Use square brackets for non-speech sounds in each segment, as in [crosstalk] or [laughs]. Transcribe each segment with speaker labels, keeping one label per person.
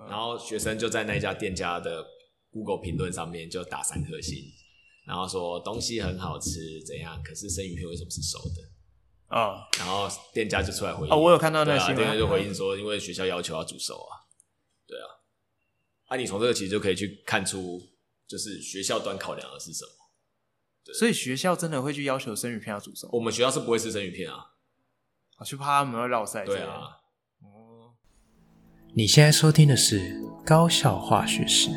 Speaker 1: 嗯
Speaker 2: 然后学生就在那家店家的 Google 评论上面就打三颗星，然后说东西很好吃，怎样？可是生鱼片为什么是熟的？
Speaker 1: 啊
Speaker 2: 然后店家就出来回应。
Speaker 1: 啊！我有看到那
Speaker 2: 对
Speaker 1: 个
Speaker 2: 啊，
Speaker 1: 新
Speaker 2: 店
Speaker 1: 闻，
Speaker 2: 家就回应说，因为学校要求要煮熟啊。对啊，啊，你从这个其实就可以去看出，就是学校端考量的是什么。
Speaker 1: 所以学校真的会去要求生鱼片要煮熟，
Speaker 2: 我们学校是不会吃生鱼片啊。
Speaker 1: 我哦去怕他们会绕塞。
Speaker 2: 对啊，
Speaker 3: 你现在收听的是《高校化学史》。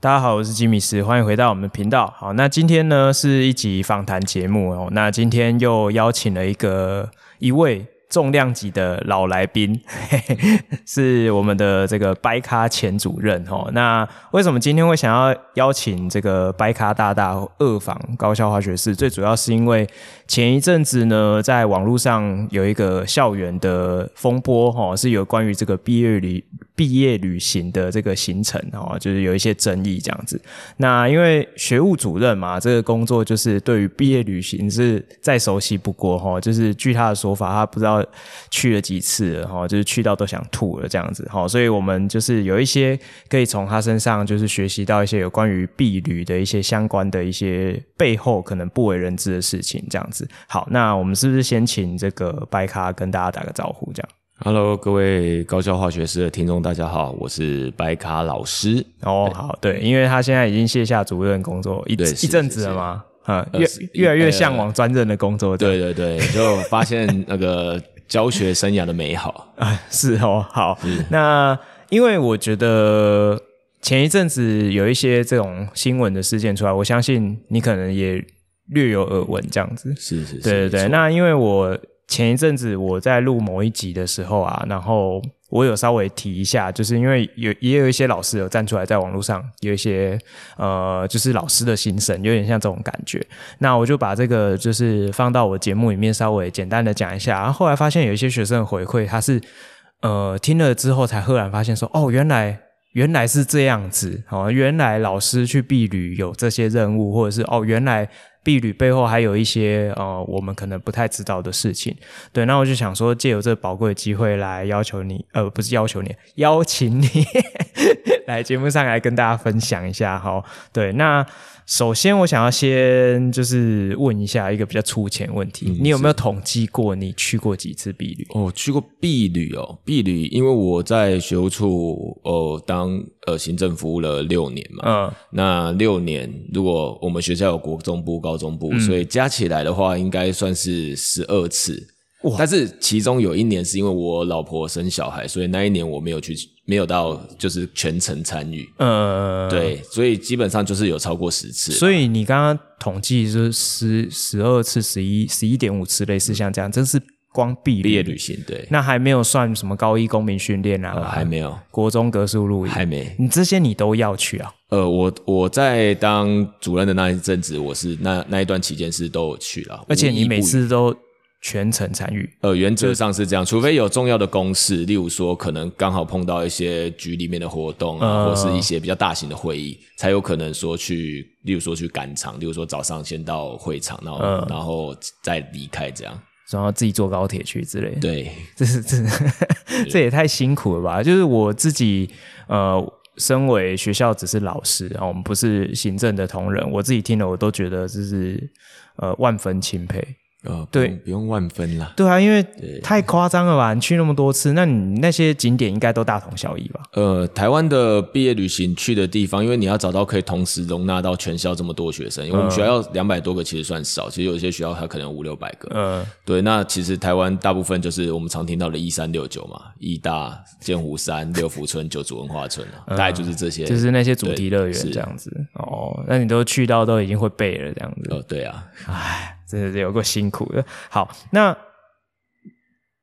Speaker 1: 大家好，我是吉米斯，欢迎回到我们的频道。好，那今天呢是一集访谈节目哦。那今天又邀请了一个一位重量级的老来宾， [laughs] 嘿嘿是我们的这个掰咖前主任哦。那为什么今天会想要邀请这个掰咖大大二访高校化学室？最主要是因为前一阵子呢，在网络上有一个校园的风波哦，是有关于这个毕业旅毕业旅行的这个行程哦，就是有一些争议这样子。那因为学务主任嘛，这个工作就是对于毕业旅行是再熟悉不过哈、哦。就是据他的说法，他不知道去了几次了哈、哦，就是去到都想吐了这样子哈、哦。所以我们就是有一些可以从他身上就是学习到一些有关于毕旅的一些相关的一些背后可能不为人知的事情这样子。好，那我们是不是先请这个白咖跟大家打个招呼这样？
Speaker 4: Hello，各位高校化学师的听众，大家好，我是白卡老师。
Speaker 1: 哦，好，对，因为他现在已经卸下主任工作一
Speaker 4: 对
Speaker 1: 一
Speaker 4: 是
Speaker 1: 阵
Speaker 4: 是
Speaker 1: 子了
Speaker 4: 是
Speaker 1: 嘛，啊，
Speaker 4: 呃
Speaker 1: 越
Speaker 4: 是
Speaker 1: 越来越
Speaker 4: 呃
Speaker 1: 向往专任的工作，
Speaker 4: 对对对，就发现那个教学生涯的美 [laughs] 好。
Speaker 1: [laughs] 是哦，好，那因为我觉得前一阵子有一些这种新闻的事件出来，我相信你可能也略有耳闻这样子。
Speaker 4: 是是是，
Speaker 1: 对对对，
Speaker 4: 没错
Speaker 1: 那因为我前一阵子我在录某一集的时候啊，然后我有稍微提一下，就是因为有也有一些老师有站出来在网络上有一些呃，就是老师的心声，有点像这种感觉。那我就把这个就是放到我节目里面稍微简单的讲一下。然后后来发现有一些学生的回馈，他是呃听了之后才赫然发现说，哦，原来。原来是这样子哦，原来老师去避旅有这些任务，或者是哦，原来避旅背后还有一些呃我们可能不太知道的事情。对，那我就想说，借由这宝贵的机会来要求你，呃，不是要求你，邀请你 [laughs] 来节目上来跟大家分享一下哈。对，那首先我想要先就是问一下一个比较粗浅的问题，你有没有统计过你去过几次避旅？
Speaker 4: 哦，去过毕旅哦，毕旅，因为我在学务处哦当呃行政服务了六年嘛，
Speaker 1: 嗯，
Speaker 4: 那六年如果我们学校有国中部、高中部，所以加起来的话，应该算是十二次。但是其中有一年是因为我老婆生小孩，所以那一年我没有去，没有到就是全程参与。
Speaker 1: 呃，。
Speaker 4: 对，所以基本上就是有超过十次。
Speaker 1: 所以你刚刚统计就是十十二次、十一十一点五次，类似像这样，真是光避
Speaker 4: 毕
Speaker 1: 旅
Speaker 4: 业旅行，对，
Speaker 1: 那还没有算什么高一公民训练啊，
Speaker 4: 呃还没有，
Speaker 1: 国中格数录
Speaker 4: 还
Speaker 1: 影，
Speaker 4: 没。
Speaker 1: 你这些你都要去啊？
Speaker 4: 呃，我我在当主任的那一阵子，我是那那一段期间是都有去了，
Speaker 1: 而且
Speaker 4: 无
Speaker 1: 你
Speaker 4: 一
Speaker 1: 每
Speaker 4: 不
Speaker 1: 次嗯都全程参与，
Speaker 4: 呃，原则上是这样，除非有重要的公事，例如说可能刚好碰到一些局里面的活动啊，或
Speaker 1: 呃
Speaker 4: 是一些比较大型的会议，才有可能说去，例如说去赶场，例如说早上先到会场，然后、
Speaker 1: 嗯
Speaker 4: 然后再离开这样。
Speaker 1: 然后自己坐高铁去之类的。
Speaker 4: 对，
Speaker 1: 这是这是这也太辛苦了吧？就是我自己呃，身为学校只是老师啊，我们不是行政的同仁，我自己听了我都觉得就是呃万分钦佩。
Speaker 4: 呃，
Speaker 1: 对
Speaker 4: 不用不用万分啦。
Speaker 1: 对啊，因为太夸张了吧？你去那么多次，那你那些景点应该都大同小异吧？
Speaker 4: 呃，台湾的毕业旅行去的地方，因为你要找到可以同时容纳到全校这么多学
Speaker 1: 嗯
Speaker 4: 生，因为我们学校两百多个其实算少，其实有一些学校它可能五六百个。
Speaker 1: 呃，
Speaker 4: 对，那其实台湾大部分就是我们常听到的“一三六九”嘛，义大、剑湖山、六福村、九族文化村啊，大概就是这些。
Speaker 1: 嗯就是那些主
Speaker 4: 对
Speaker 1: 题乐园
Speaker 4: 是
Speaker 1: 这样子。哦，那你都去到都已经会背了这样子。
Speaker 4: 呃，对啊，
Speaker 1: 真的是有够辛苦的。好，那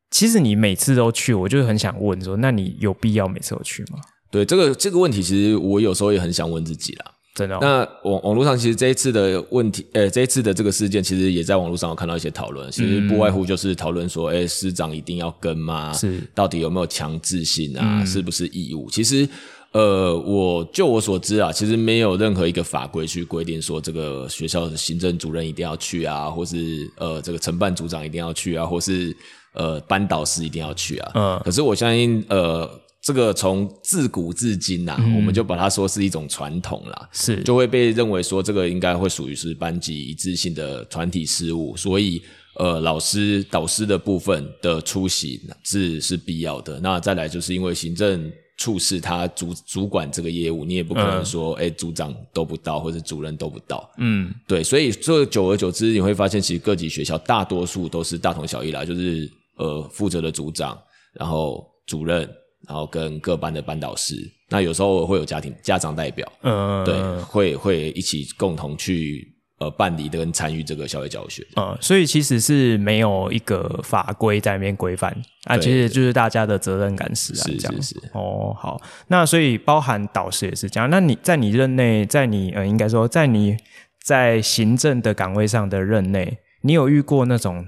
Speaker 1: 其实你每次都去，我就很想问说，那你有必要每次都去吗？
Speaker 4: 对这个这个问题，其实我有时候也很想问自己啦。
Speaker 1: 真的、哦。
Speaker 4: 那网网络上其实这一次的问题，呃，这一次的这个事件，其实也在网络上有看到一些讨论，其
Speaker 1: 嗯
Speaker 4: 实不外乎就是讨论说，哎、师长一定要跟吗？
Speaker 1: 是嗯
Speaker 4: 到底有没有强制性啊？是不是义务？其实。呃，我就我所知啊，其实没有任何一个法规去规定说这个学校的行政主任一定要去啊，或是呃这个承办组长一定要去啊，或是呃班导师一定要去啊。
Speaker 1: 嗯
Speaker 4: 可是我相信，呃，这个从自古至今呐、
Speaker 1: 嗯
Speaker 4: 我们就把它说是一种传统啦。
Speaker 1: 是
Speaker 4: 就会被认为说这个应该会属于是班级一致性的团体事务，所以呃，老师导师的部分的出席是是必要的。那再来就是因为行政。处室他主主管这个业务，你也不可能说，哎、组长都不到，或者主任都不到，
Speaker 1: 嗯，
Speaker 4: 对，所以这久而久之，你会发现，其实各级学校大多数都是大同小异啦，就是呃负责的组长，然后主任，然后跟各班的班导师，那有时候会有家庭家长代表，
Speaker 1: 呃，
Speaker 4: 对，会会一起共同去呃办理跟参与这个校外教学。
Speaker 1: 呃，所以其实是没有一个法规在那边规范啊，
Speaker 4: 对
Speaker 1: 其实就是大家的责任感使然
Speaker 4: 是
Speaker 1: 这样
Speaker 4: 是是
Speaker 1: 哦，好，那所以包含导师也是这样。那你在你任内，在你呃，应该说在你在行政的岗位上的任内，你有遇过那种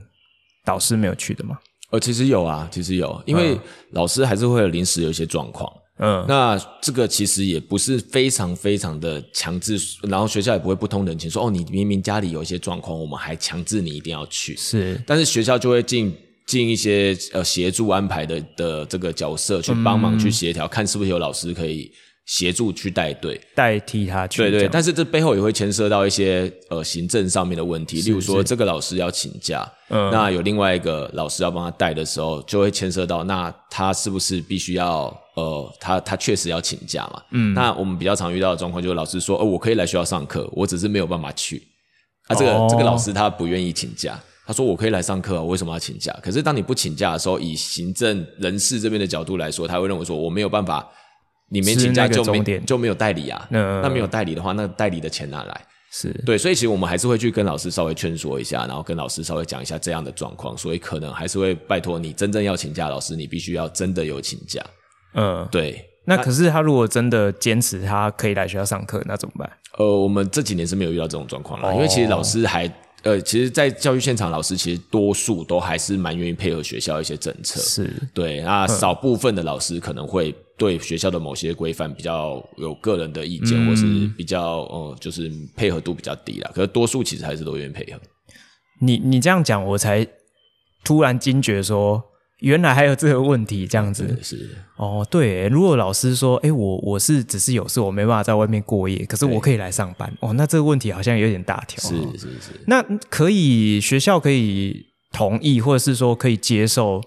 Speaker 1: 导师没有去的吗？
Speaker 4: 呃，其实有啊，其实有，因为老师还是会有临时有一些状况。
Speaker 1: 嗯，
Speaker 4: 那这个其实也不是非常非常的强制，然后学校也不会不通人情，说哦，你明明家里有一些状况，我们还强制你一定要去。
Speaker 1: 是
Speaker 4: 但是学校就会尽尽一些呃协助安排的的这个角色去帮忙去协调，看是不是有老师可以协助去带队。
Speaker 1: 代替他去这
Speaker 4: 对
Speaker 1: 样，
Speaker 4: 对，但是这背后也会牵涉到一些呃行政上面的问题，例如说这个老师要请假，
Speaker 1: 嗯
Speaker 4: 那有另外一个老师要帮他带的时候，就会牵涉到那他是不是必须要呃他他确实要请假嘛？嗯，那我们比较常遇到的状况就是老师说，哦，我可以来学校上课，我只是没有办法去。啊，这个、
Speaker 1: 哦
Speaker 4: 这个老师他不愿意请假，他说我可以来上课啊，我为什么要请假？可是当你不请假的时候，以行政人事这边的角度来说，他会认为说我没有办法，你没请假
Speaker 1: 是那个
Speaker 4: 就
Speaker 1: 终
Speaker 4: 没
Speaker 1: 点
Speaker 4: 就没有代理啊，
Speaker 1: 嗯
Speaker 4: 那没有代理的话，那代理的钱哪来？
Speaker 1: 是
Speaker 4: 对，所以其实我们还是会去跟老师稍微劝说一下，然后跟老师稍微讲一下这样的状况，所以可能还是会拜托你真正要请假，老师你必须要真的有请假。
Speaker 1: 嗯，
Speaker 4: 对，
Speaker 1: 那可是他如果真的坚持他可以来学校上课，那怎么办？
Speaker 4: 呃，我们这几年是没有遇到这种状况啦，
Speaker 1: 哦
Speaker 4: 因为其实老师还呃，其实，在教育现场，老师其实多数都还是蛮愿意配合学校一些政策。
Speaker 1: 是
Speaker 4: 对，那
Speaker 1: 嗯
Speaker 4: 少部分的老师可能会对学校的某些规范比较有个人的意见，
Speaker 1: 嗯
Speaker 4: 或是比较呃，就是配合度比较低啦。可是多数其实还是都愿意配合。
Speaker 1: 你你这样讲，我才突然惊觉说，原来还有这个问题，这样子
Speaker 4: 是，
Speaker 1: 哦，对耶。如果老师说，哎，我我是只是有事，我没办法在外面过夜，可是我可以来上班，哦，那这个问题好像有点大条。哦
Speaker 4: 是，是是是。
Speaker 1: 那可以学校可以同意，或者是说可以接受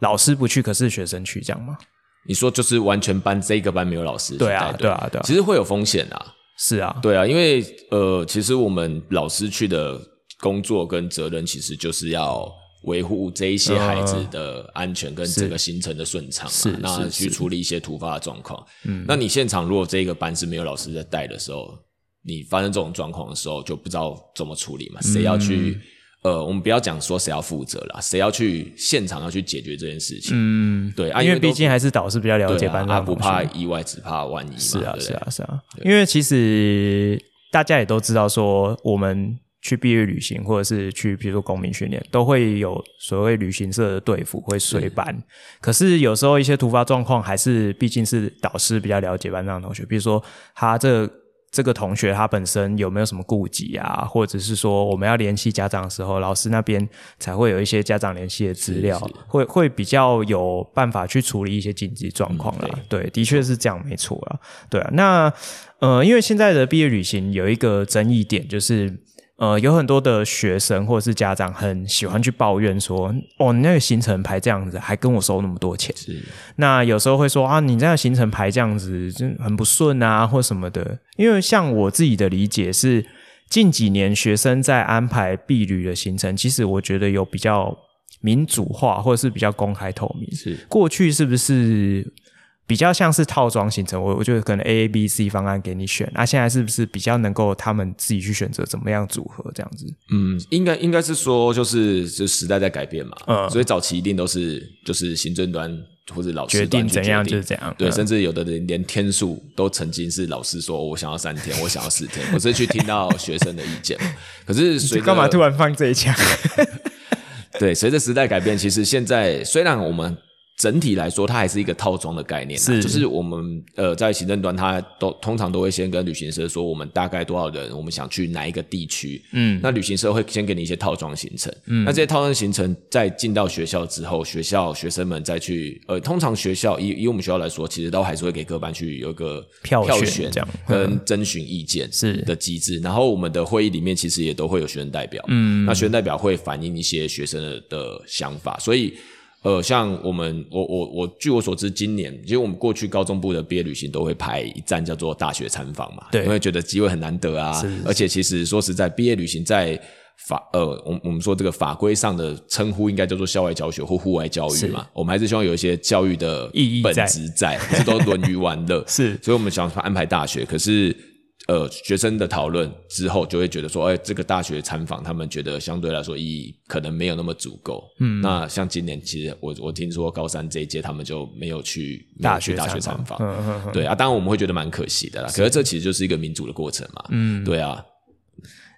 Speaker 1: 老师不去，可是学生去这样吗？
Speaker 4: 你说就是完全班这个班没有老师去
Speaker 1: 对啊
Speaker 4: 带队
Speaker 1: 对啊对啊
Speaker 4: 其实会有风险啊。
Speaker 1: 是啊，
Speaker 4: 对啊，因为呃，其实我们老师去的工作跟责任，其实就是要维护这一
Speaker 1: 嗯
Speaker 4: 些孩子的安全跟整个行程的顺畅、嘛，啊
Speaker 1: 是
Speaker 4: 那
Speaker 1: 是
Speaker 4: 去处理一些突发的状况。嗯，那你现场如果这个班是没有老师在带的时候，你发生这种状况的时候，就不知道怎么处理嘛，谁要去？
Speaker 1: 嗯
Speaker 4: 呃，我们不要讲说谁要负责啦，谁要去现场要去解决这件事情。嗯，对啊，
Speaker 1: 因为
Speaker 4: 都
Speaker 1: 毕竟还是导师比较了
Speaker 4: 对
Speaker 1: 解
Speaker 4: 啊
Speaker 1: 班
Speaker 4: 啊
Speaker 1: 上
Speaker 4: 不
Speaker 1: 同学
Speaker 4: 怕意外，只怕万一嘛。
Speaker 1: 是啊，
Speaker 4: 对不对
Speaker 1: 是啊，是啊，因为其实大家也都知道，说我们去毕业旅行，或者是去比如说公民训练，都会有所谓旅行社的队服会随班。可是有时候一些突发状况，还是毕竟是导师比较了解班上的同学，比如说他这这个同学他本身有没有什么顾忌啊，或者是说我们要联系家长的时候，老师那边才会有一些家长联系的资料，
Speaker 4: 是是
Speaker 1: 会会比较有办法去处理一些紧急状况啦。对，的确是这样，没错啦。对啊，那呃，因为现在的毕业旅行有一个争议点，就是呃，有很多的学生或者是家长很喜欢去抱怨说，哦，你那个行程排这样子，还跟我收那么多钱。
Speaker 4: 是
Speaker 1: 那有时候会说啊，你这样行程排这样子就很不顺啊，或什么的。因为像我自己的理解是，近几年学生在安排避旅的行程，其实我觉得有比较民主化，或者是比较公开透明。
Speaker 4: 是
Speaker 1: 过去是不是比较像是套装行程？我我觉得可能 A、A、B、C 方案给你选，那、啊现在是不是比较能够他们自己去选择怎么样组合这样子？
Speaker 4: 嗯，应该应该是说，就是就时代在改变嘛，
Speaker 1: 嗯
Speaker 4: 所以早期一定都是就是行政端或者老师
Speaker 1: 决定
Speaker 4: 端去
Speaker 1: 怎样就是怎样
Speaker 4: 对，
Speaker 1: 嗯
Speaker 4: 甚至有的人连天数都曾经是老师说、哦我想要三天，我想要四天，我是去听到学生的意见嘛。可是随
Speaker 1: [laughs] 你
Speaker 4: 着
Speaker 1: 干嘛突然放这一枪？
Speaker 4: [laughs] 对，随着时代改变，其实现在虽然我们整体来说，它还是一个套装的概念啊、
Speaker 1: 是
Speaker 4: 就是我们呃在行政端，它都通常都会先跟旅行社说，我们大概多少人，我们想去哪一个地区，嗯，那旅行社会先给你一些套装行程，嗯，那这些套装行程在进到学校之后，学校学生们再去，呃，通常学校以以我们学校来说，其实都还是会给各班去有一个
Speaker 1: 票选
Speaker 4: 选
Speaker 1: 这样
Speaker 4: 跟征询意见
Speaker 1: 嗯是
Speaker 4: 的机制。然后我们的会议里面其实也都会有学生代表，嗯，那学生代表会反映一些学生的的想法，所以。呃，像我们，我我我，据我所知，今年其实我们过去高中部的毕业旅行都会排一站叫做大学参访嘛，
Speaker 1: 对
Speaker 4: 因为觉得机会很难得啊，而且其实说实在，毕业旅行在法呃，我们我们说这个法规上的称呼应该叫做校外教学或户外教育嘛，我们还是希望有一些教育的
Speaker 1: 意义
Speaker 4: 本
Speaker 1: 在
Speaker 4: 质实在， [laughs] 这都沦于玩乐。
Speaker 1: 是
Speaker 4: 所以我们想安排大学，可是呃，学生的讨论之后就会觉得说，哎、这个大学参访，他们觉得相对来说意义可能没有那么足够。嗯，那像今年其实我我听说高三这一届他们就没有去没有
Speaker 1: 大
Speaker 4: 去
Speaker 1: 学
Speaker 4: 大学参
Speaker 1: 参
Speaker 4: 访
Speaker 1: 访，嗯嗯嗯
Speaker 4: 对啊，当然我们会觉得蛮可惜的啦。可是这其实就是一个民主的过程嘛。嗯，对啊，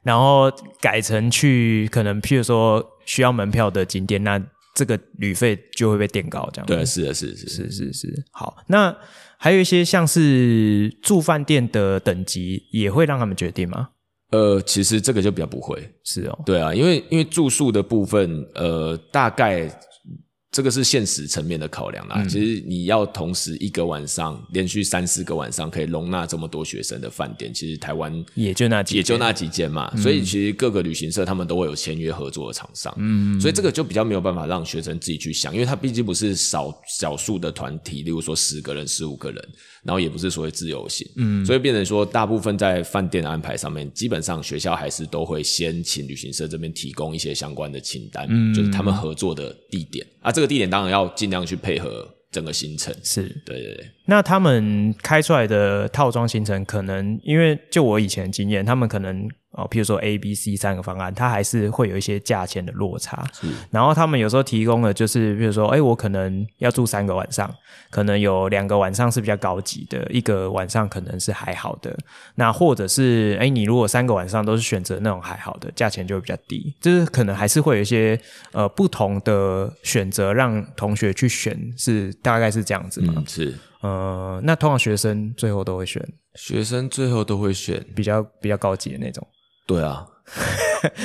Speaker 1: 然后改成去可能譬如说需要门票的景点，那这个旅费就会被垫高，这样
Speaker 4: 对，啊是的，是的是是
Speaker 1: 是是是，好，那还有一些像是住饭店的等级也会让他们决定吗？
Speaker 4: 呃，其实这个就比较不会。
Speaker 1: 是哦，
Speaker 4: 对啊，因为因为住宿的部分，呃，大概这个是现实层面的考量啦。其实你要同时一个晚上连续三四个晚上可以容纳这么多学生的饭店，其实台湾
Speaker 1: 也就那几间
Speaker 4: 也就那几间嗯嘛，所以其实各个旅行社他们都会有签约合作的厂商，嗯，所以这个就比较没有办法让学生自己去想，因为他毕竟不是少少数的团体，例如说十个人、十五个人，然后也不是所谓自由行，嗯，所以变成说大部分在饭店的安排上面，基本上学校还是都会先请旅行社这边提供一些相关的清单，就是他们合作的地点啊，这个地点当然要尽量去配合整个行程，
Speaker 1: 是。
Speaker 4: 对对对，
Speaker 1: 那他们开出来的套装行程，可能因为就我以前的经验，他们可能哦，譬如说 A、B、C 三个方案，它还是会有一些价钱的落差。
Speaker 4: 嗯
Speaker 1: 然后他们有时候提供的就是，比如说，哎，我可能要住三个晚上，可能有两个晚上是比较高级的，一个晚上可能是还好的。那或者是，哎，你如果三个晚上都是选择那种还好的，价钱就会比较低。就是可能还是会有一些呃不同的选择，让同学去选，是大概是这样子嘛？
Speaker 4: 嗯，是
Speaker 1: 呃，那通常学生最后都会选
Speaker 4: 学生最后都会选，
Speaker 1: 比较比较高级的那种，
Speaker 4: 对啊，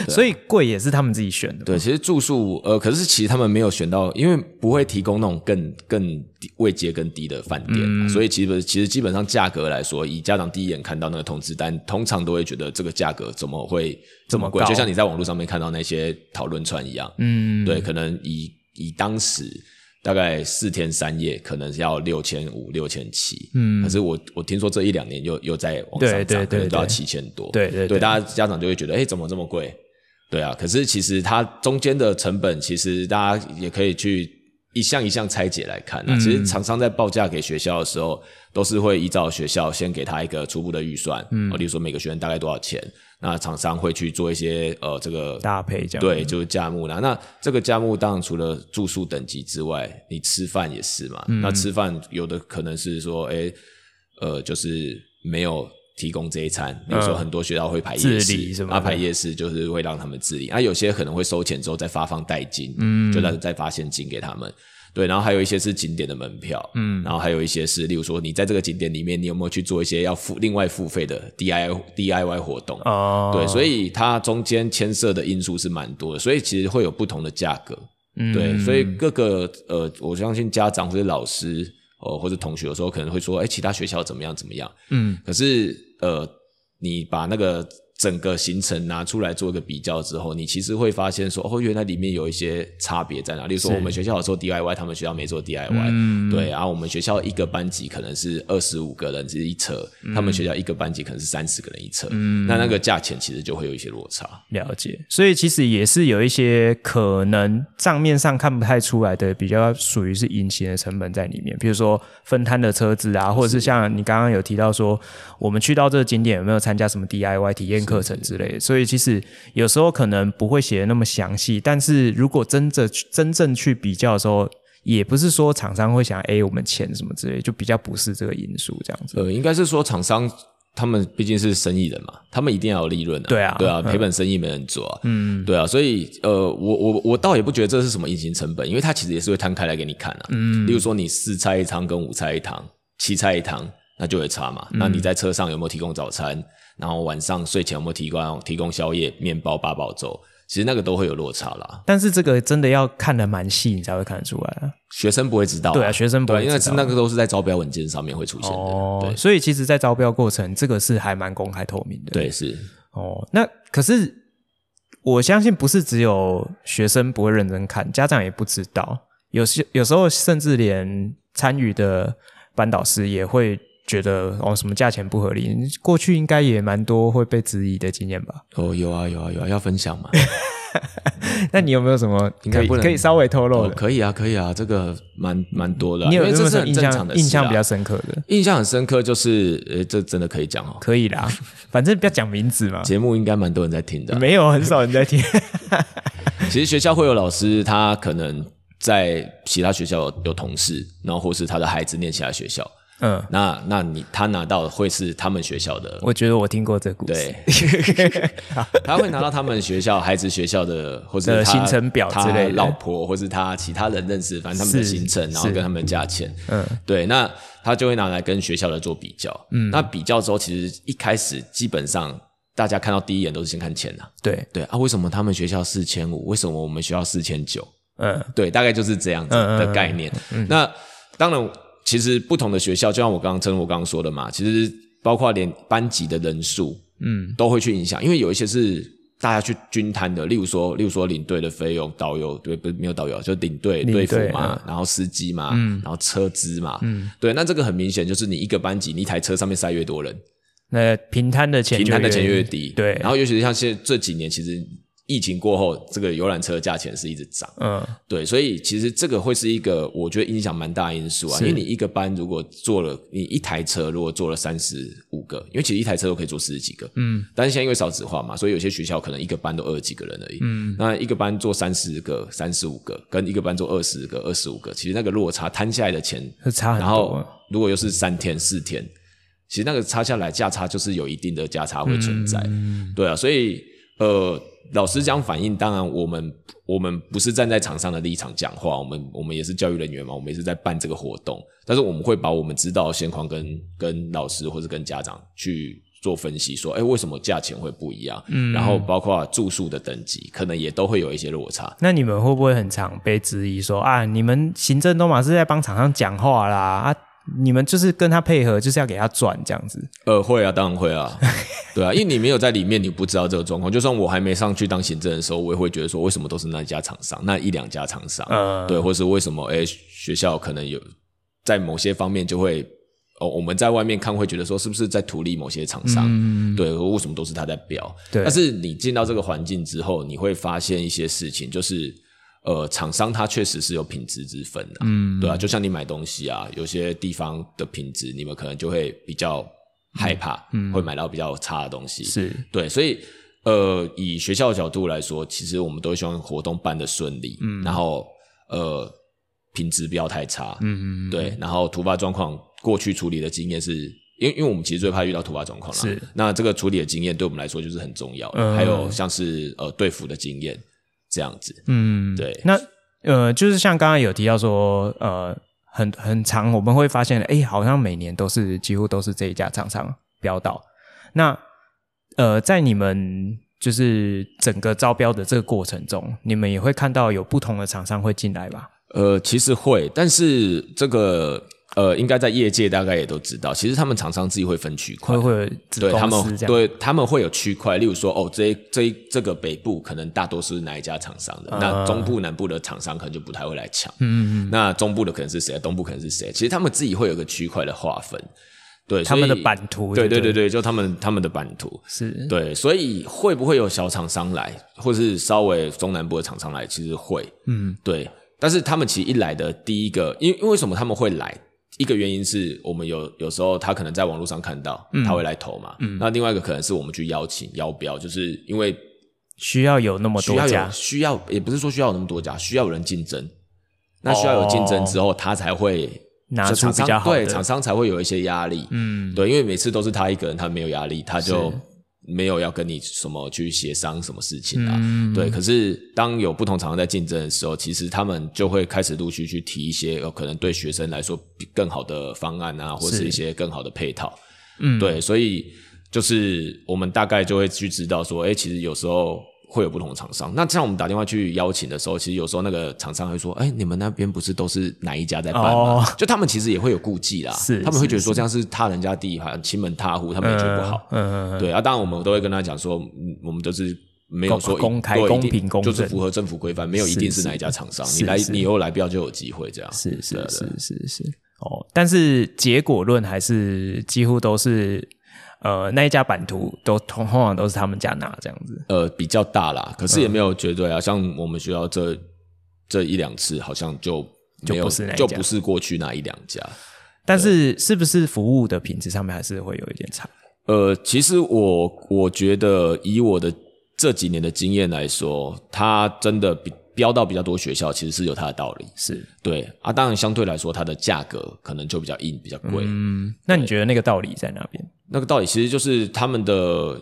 Speaker 1: 所以贵也是他们自己选的。
Speaker 4: 对，，其实住宿，呃，可是其实他们没有选到，因为不会提供那种更更低位阶更低的饭店
Speaker 1: 嗯
Speaker 4: 啊、所以其实其实基本上价格来说，以家长第一眼看到那个通知单，通常都会觉得这个价格怎么会这么贵？
Speaker 1: 高
Speaker 4: 就像你在网络上面看到那些讨论串一样，
Speaker 1: 嗯，
Speaker 4: 对，可能以以当时大概四天三夜，可能是要六千五、六千七，嗯，可是我我听说这一两年又又在往上涨，
Speaker 1: 对对
Speaker 4: 可能
Speaker 1: 对
Speaker 4: 都要
Speaker 1: 对
Speaker 4: 七千多，
Speaker 1: 对对
Speaker 4: 对，
Speaker 1: 对
Speaker 4: 大家家长就会觉得，哎、怎么这么贵？对啊，可是其实它中间的成本，其实大家也可以去一项一项拆解来看啊。其实厂商在报价给学校的时候，都是会依照学校先给他一个初步的预算，嗯，例如说每个学生大概多少钱，那厂商会去做一些呃这个
Speaker 1: 搭配这样
Speaker 4: 对，就是价目啦。那这个价目当然除了住宿等级之外，你吃饭也是嘛。
Speaker 1: 嗯
Speaker 4: 那吃饭有的可能是说，哎、呃，就是没有提供这一餐，比如说很多学校会排夜
Speaker 1: 嗯自理
Speaker 4: 市
Speaker 1: 什，么
Speaker 4: 啊，
Speaker 1: 的
Speaker 4: 排夜市就是会让他们自理。那、有些可能会收钱之后再发放代金，嗯，就让再发现金给他们。对，然后还有一些是景点的门票，嗯，然后还有一些是，例如说你在这个景点里面，你有没有去做一些要付另外付费的 DIY DIY 活动？
Speaker 1: 哦，
Speaker 4: 对，所以它中间牵涉的因素是蛮多的，所以其实会有不同的价格。
Speaker 1: 嗯
Speaker 4: 对，所以各个呃，我相信家长或者老师呃或者同学有时候可能会说，哎、其他学校怎么样怎么样？
Speaker 1: 嗯，
Speaker 4: 可是呃，你把那个整个行程拿出来做一个比较之后，你其实会发现说，哦，原来里面有一些差别在哪。例如说，我们学校有做 DIY，他们学校没做 DIY，、对。
Speaker 1: 嗯
Speaker 4: 然后我们学校一个班级可能是二十五个人是一车，
Speaker 1: 嗯
Speaker 4: 他们学校一个班级可能是三十个人一车，那那个价钱其实就会有一些落差。
Speaker 1: 了解。所以其实也是有一些可能账面上看不太出来的，比较属于是隐形的成本在里面，比如说分摊的车子啊，或者是像你刚刚有提到说，我们去到这个景点有没有参加什么 DIY 体验课程之类的。所以其实有时候可能不会写的那么详细，但是如果真正真正去比较的时候。也不是说厂商会想 A 我们钱什么之类，就比较不是这个因素这样子。
Speaker 4: 呃，应该是说厂商他们毕竟是生意人嘛，他们一定要有利润啊。
Speaker 1: 对啊
Speaker 4: 对啊，赔本生意没人做啊。嗯，对啊，所以呃，我我我倒也不觉得这是什么隐形成本，因为它其实也是会摊开来给你看啊。嗯，例如说你四菜一汤跟五菜一汤，七菜一汤。那就会差
Speaker 1: 嗯
Speaker 4: 嘛。那你在车上有没有提供早餐？然后晚上睡前有没有提供提供宵夜、面包、八宝粥？其实那个都会有落差啦。
Speaker 1: 但是这个真的要看得蛮细，你才会看得出来啊。
Speaker 4: 学生不会知道、
Speaker 1: 对啊学生不会
Speaker 4: 哦对，因为
Speaker 1: 知
Speaker 4: 是
Speaker 1: 道
Speaker 4: 那个都是在招标文件上面会出现的，
Speaker 1: 哦
Speaker 4: 对，
Speaker 1: 所以其实，在招标过程，这个是还蛮公开透明的。
Speaker 4: 对是，
Speaker 1: 哦，那可是我相信不是只有学生不会认真看，家长也不知道，有些有时候甚至连参与的班导师也会觉得哦什么价钱不合理，过去应该也蛮多会被质疑的经验 [laughs] 吧？
Speaker 4: 哦有啊有啊有啊，要分享
Speaker 1: [laughs]
Speaker 4: 嘛，
Speaker 1: 那你有没有什么
Speaker 4: 应
Speaker 1: 可
Speaker 4: 该
Speaker 1: 以
Speaker 4: 不能
Speaker 1: 可以稍微透露
Speaker 4: 哦
Speaker 1: 的？
Speaker 4: 可以啊可以啊，这个蛮蛮多的啊、
Speaker 1: 你有
Speaker 4: 因
Speaker 1: 没
Speaker 4: 为
Speaker 1: 有
Speaker 4: 这
Speaker 1: 什
Speaker 4: 是
Speaker 1: 么
Speaker 4: 很
Speaker 1: 印
Speaker 4: 正
Speaker 1: 象
Speaker 4: 常的事啊
Speaker 1: 印象比较深刻的？
Speaker 4: 印象很深刻，就是呃这真的可以讲哦，
Speaker 1: [laughs] 可以啦，反正不要讲名字 [laughs] 嘛。
Speaker 4: 节目应该蛮多人在听的啊、
Speaker 1: 没有很少人在 [laughs] 听，
Speaker 4: 其实学校会有老师，他可能在其他学校有有同事，然后或是他的孩子念其他学校，
Speaker 1: 嗯，
Speaker 4: 那那你他拿到会是他们学校的
Speaker 1: 我觉得我听过这故事。
Speaker 4: 对， [laughs] 他会拿到他们学校孩子学校的，或者
Speaker 1: 的行程表之类的
Speaker 4: 老婆或是他其他人认识，反正他们的
Speaker 1: 是
Speaker 4: 行程，然后
Speaker 1: 是
Speaker 4: 跟他们的价钱，嗯，对，那他就会拿来跟学校的做比较，嗯，那比较之后，其实一开始基本上大家看到第一眼都是先看钱啊，
Speaker 1: [laughs] 对，
Speaker 4: 对啊，为什么他们学校四千五，为什么我们学校四千九？
Speaker 1: 嗯，
Speaker 4: 对，大概就是这样子
Speaker 1: 嗯嗯嗯
Speaker 4: 的概念。那当然，其实不同的学校，就像我刚刚正如我刚刚说的嘛，其实包括连班级的人数，嗯，都会去影响，因为有一些是大家去均摊的，例如说，例如说领队的费用，导游对，不是没有导游，啊就领队
Speaker 1: 领队嗯
Speaker 4: 队服嘛，然后司机嘛，然后车资嘛，嗯，对，那这个很明显就是你一个班级，你一台车上面塞越多人，
Speaker 1: 那平摊的钱就
Speaker 4: 平摊的钱越低，
Speaker 1: 对，
Speaker 4: 然后尤其是像现在这几年，其实疫情过后，这个游览车的价钱是一直涨。
Speaker 1: 嗯，
Speaker 4: 对，所以其实这个会是一个我觉得影响蛮大的因素啊，
Speaker 1: 是
Speaker 4: 因为你一个班如果做了你一台车，如果做了三十五个，因为其实一台车都可以做四十几个，嗯，但是现在因为少子化嘛，所以有些学校可能一个班都二十几个人而已，嗯，那一个班做三十个、三十五个，跟一个班做二十个、二十五个，其实那个落差摊下来的钱，
Speaker 1: 是差很
Speaker 4: 然
Speaker 1: 多
Speaker 4: 后
Speaker 1: 啊。
Speaker 4: 如果又是三天四天，其实那个差下来价差就是有一定的价差会存在，
Speaker 1: 嗯
Speaker 4: 对啊，所以呃，老师这样反映，当然我们我们不是站在厂商的立场讲话，我们我们也是教育人员嘛，我们也是在办这个活动，但是我们会把我们知道的现况跟跟老师或是跟家长去。做分析说，哎、为什么价钱会不一样？
Speaker 1: 嗯
Speaker 4: 然后包括住宿的等级，可能也都会有一些落差。
Speaker 1: 那你们会不会很常被质疑说啊，你们行政都嘛是在帮厂商讲话啦啊，你们就是跟他配合，就是要给他赚这样子？
Speaker 4: 呃，会啊，当然会啊，对啊，因为你没有在里面，你不知道这个状况。就算我还没上去当行政的时候，我也会觉得说，为什么都是那一家厂商，那一两家厂商，
Speaker 1: 嗯
Speaker 4: 对，或是为什么哎、诶学校可能有在某些方面就会。哦，我们在外面看会觉得说，是不是在图利某些厂商？
Speaker 1: 嗯
Speaker 4: 对，为什么都是他在标？
Speaker 1: 对
Speaker 4: 但是你进到这个环境之后，你会发现一些事情，就是呃，厂商它确实是有品质之分的、嗯，对啊，就像你买东西啊，有些地方的品质，你们可能就会比较害怕，会买到比较差的东西，
Speaker 1: 是
Speaker 4: 对，所以呃，以学校的角度来说，其实我们都希望活动办得顺利，嗯，然后呃，品质不要太差，嗯嗯，对，然后突发状况，过去处理的经验是。因为因为我们其实最怕遇到突发状况啦，
Speaker 1: 是
Speaker 4: 那这个处理的经验对我们来说就是很重要的，
Speaker 1: 嗯
Speaker 4: 还有像是呃对付的经验这样子，
Speaker 1: 嗯，
Speaker 4: 对
Speaker 1: 那呃，就是像刚刚有提到说，呃，很很长，我们会发现，哎，好像每年都是几乎都是这一家厂商标到。那呃，在你们就是整个招标的这个过程中，你们也会看到有不同的厂商会进来吧？
Speaker 4: 呃，其实会，但是这个呃，应该在业界大概也都知道，其实他们厂商自己会分区块
Speaker 1: 会，会有子
Speaker 4: 对他
Speaker 1: 公司
Speaker 4: 们
Speaker 1: 这样？
Speaker 4: 对他们会有区块，例如说哦，这一这一这个北部可能大多数是哪一家厂商的，
Speaker 1: 嗯
Speaker 4: 那中部南部的厂商可能就不太会来抢，嗯嗯，那中部的可能是谁，东部可能是谁，其实他们自己会有个区块的划分，对，
Speaker 1: 他们的
Speaker 4: 所以
Speaker 1: 版图
Speaker 4: 对对
Speaker 1: 对不对
Speaker 4: 对对，就他们他们的版图，
Speaker 1: 是
Speaker 4: 对，所以会不会有小厂商来，或是稍微中南部的厂商来？其实会，嗯，对。但是他们其实一来的第一个，因因为什么他们会来？一个原因是我们有有时候他可能在网络上看到，
Speaker 1: 嗯
Speaker 4: 他会来投嘛。那另外一个可能是我们去邀请邀标，就是因为
Speaker 1: 需要有那么
Speaker 4: 需
Speaker 1: 哦多
Speaker 4: 要
Speaker 1: 家
Speaker 4: 有需要，也不是说需要有那么多家，需要有人竞争。
Speaker 1: 哦
Speaker 4: 那需要有竞争之后，他才会
Speaker 1: 拿出
Speaker 4: 就厂商
Speaker 1: 比较好的
Speaker 4: 对厂商才会有一些压力。
Speaker 1: 嗯，
Speaker 4: 对，因为每次都是他一个人，他没有压力，他就是没有要跟你什么去协商什么事情啊。
Speaker 1: 嗯
Speaker 4: 对，可是当有不同厂商在竞争的时候，其实他们就会开始陆续去提一些呃有可能对学生来说比更好的方案啊，或
Speaker 1: 是
Speaker 4: 是一些更好的配套。
Speaker 1: 嗯，
Speaker 4: 对，所以就是我们大概就会去知道说，哎、其实有时候会有不同的厂商。那像我们打电话去邀请的时候，其实有时候那个厂商会说，哎、你们那边不是都是哪一家在办吗？
Speaker 1: 哦
Speaker 4: 就他们其实也会有顾忌啦，
Speaker 1: 是
Speaker 4: 他们会觉得
Speaker 1: 是
Speaker 4: 说这样是踏人家地盘，亲门踏户，他们也觉得不好。
Speaker 1: 嗯，嗯，嗯
Speaker 4: 对啊，当然我们都会跟他讲说，嗯我们就是没有
Speaker 1: 公
Speaker 4: 说一
Speaker 1: 公开
Speaker 4: 对一
Speaker 1: 公
Speaker 4: 定
Speaker 1: 平公
Speaker 4: 就是
Speaker 1: 正
Speaker 4: 符合政府规范，没有一
Speaker 1: 是
Speaker 4: 定是
Speaker 1: 是
Speaker 4: 哪一家厂商，
Speaker 1: 是
Speaker 4: 你来
Speaker 1: 是
Speaker 4: 你以后来标就有机会这样。
Speaker 1: 是是
Speaker 4: 对对
Speaker 1: 是是是，哦，但是结果论还是几乎都是，呃，那一家版图都通通常都是他们家拿这样子，
Speaker 4: 呃比较大啦，可
Speaker 1: 嗯
Speaker 4: 是也没有绝对啊。像我们学校这这一两次，好像就没
Speaker 1: 就
Speaker 4: 有
Speaker 1: 不是那一家
Speaker 4: 就不是过去那一两家。
Speaker 1: 但是是不是服务的品质上面还是会有一点差？
Speaker 4: 呃，其实我我觉得以我的这几年的经验来说，它真的比标到比较多学校，其实是有它的道理。
Speaker 1: 是，
Speaker 4: 对啊，当然相对来说，它的价格可能就比较硬，比较贵。
Speaker 1: 嗯，那你觉得那个道理在哪边？
Speaker 4: 那个道理其实就是他们的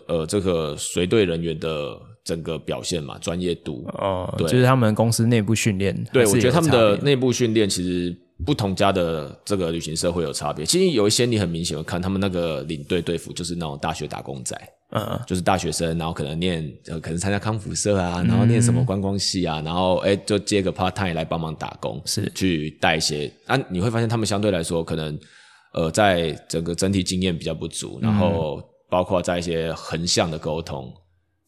Speaker 4: 呃这个随队人员的整个表现嘛，专业度
Speaker 1: 哦，
Speaker 4: 呃对
Speaker 1: 就是他们公司内部训练，
Speaker 4: 对，我觉得他们的
Speaker 1: 那
Speaker 4: 内部训练其实不同家的这个旅行社会有差别。其实有一些你很明显会看他们那个领队队服，就是那种大学打工仔，
Speaker 1: 嗯
Speaker 4: 就是大学生，然后可能念呃可能参加康复社啊，然后念
Speaker 1: 嗯
Speaker 4: 什么观光系啊，然后哎就接个 part time 来帮忙打工，
Speaker 1: 是
Speaker 4: 去带一些啊，你会发现他们相对来说可能呃在整个整体经验比较不足，
Speaker 1: 嗯
Speaker 4: 然后包括在一些横向的沟通。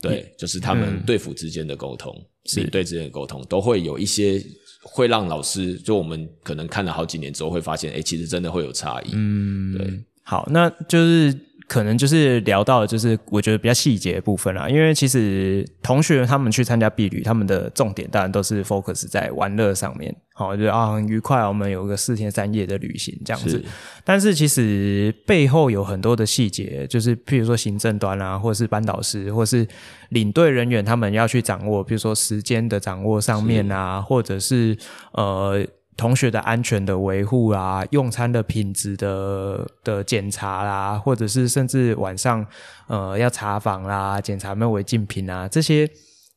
Speaker 4: 对，就是他
Speaker 1: 嗯
Speaker 4: 们队服之间的沟通，领队之间的沟通，都会有一些会让老师，就我们可能看了好几年之后，会发现，哎、其实真的会有差异。
Speaker 1: 嗯，
Speaker 4: 对。
Speaker 1: 好，那就是可能就是聊到的就是我觉得比较细节的部分啦，因为其实同学他们去参加避旅，他们的重点当然都是 focus 在玩乐上面，好，就是啊很愉快，我们有个四天三夜的旅行这样子
Speaker 4: 是。
Speaker 1: 但是其实背后有很多的细节，就是譬如说行政端啊，或者是班导师，或是领队人员，他们要去掌握，比如说时间的掌握上面啊，或者是呃同学的安全的维护啊，用餐的品质的的检查啦，或者是甚至晚上呃要查房啦，检查有没有违禁品啊，这些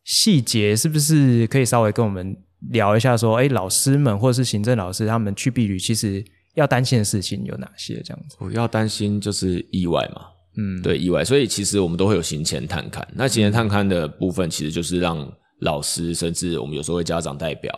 Speaker 1: 细节是不是可以稍微跟我们聊一下？说，哎，老师们或者是行政老师他们去避旅，其实要担心的事情有哪些？这样子，
Speaker 4: 我哦要担心就是意外嘛，
Speaker 1: 嗯，
Speaker 4: 对意外，所以其实我们都会有行前探勘。那行前探勘的部分，其实就是让老师，甚至我们有时候会家长代表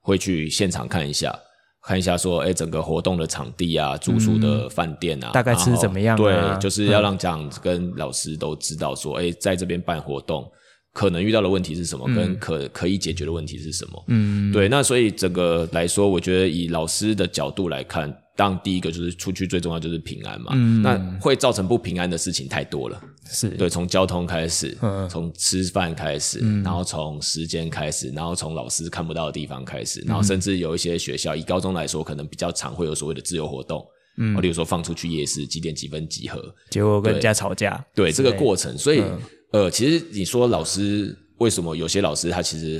Speaker 4: 会去现场看一下，看一下说，哎，整个活动的场地啊，住宿的饭店啊，
Speaker 1: 大概吃
Speaker 4: 然后
Speaker 1: 怎么样啊
Speaker 4: 对，就是要让家长跟老师都知道说，哎，在这边办活动。可能遇到的问题是什么，跟可可以解决的问题是什么？
Speaker 1: 嗯，
Speaker 4: 对，那所以整个来说，我觉得以老师的角度来看，当然第一个就是出去最重要就是平安嘛。
Speaker 1: 嗯
Speaker 4: 那会造成不平安的事情太多了。
Speaker 1: 是，
Speaker 4: 对，从交通开始
Speaker 1: 嗯，
Speaker 4: 从吃饭开始，然后从时间开始，然后从老师看不到的地方开始，然
Speaker 1: 嗯
Speaker 4: 后甚至有一些学校，以高中来说，可能比较常会有所谓的自由活动，嗯，例如说放出去夜市几点几分集合，
Speaker 1: 结果跟人
Speaker 4: 对
Speaker 1: 家吵架，
Speaker 4: 对这个过程，所以、
Speaker 1: 嗯
Speaker 4: 呃，其实你说老师为什么有些老师他其实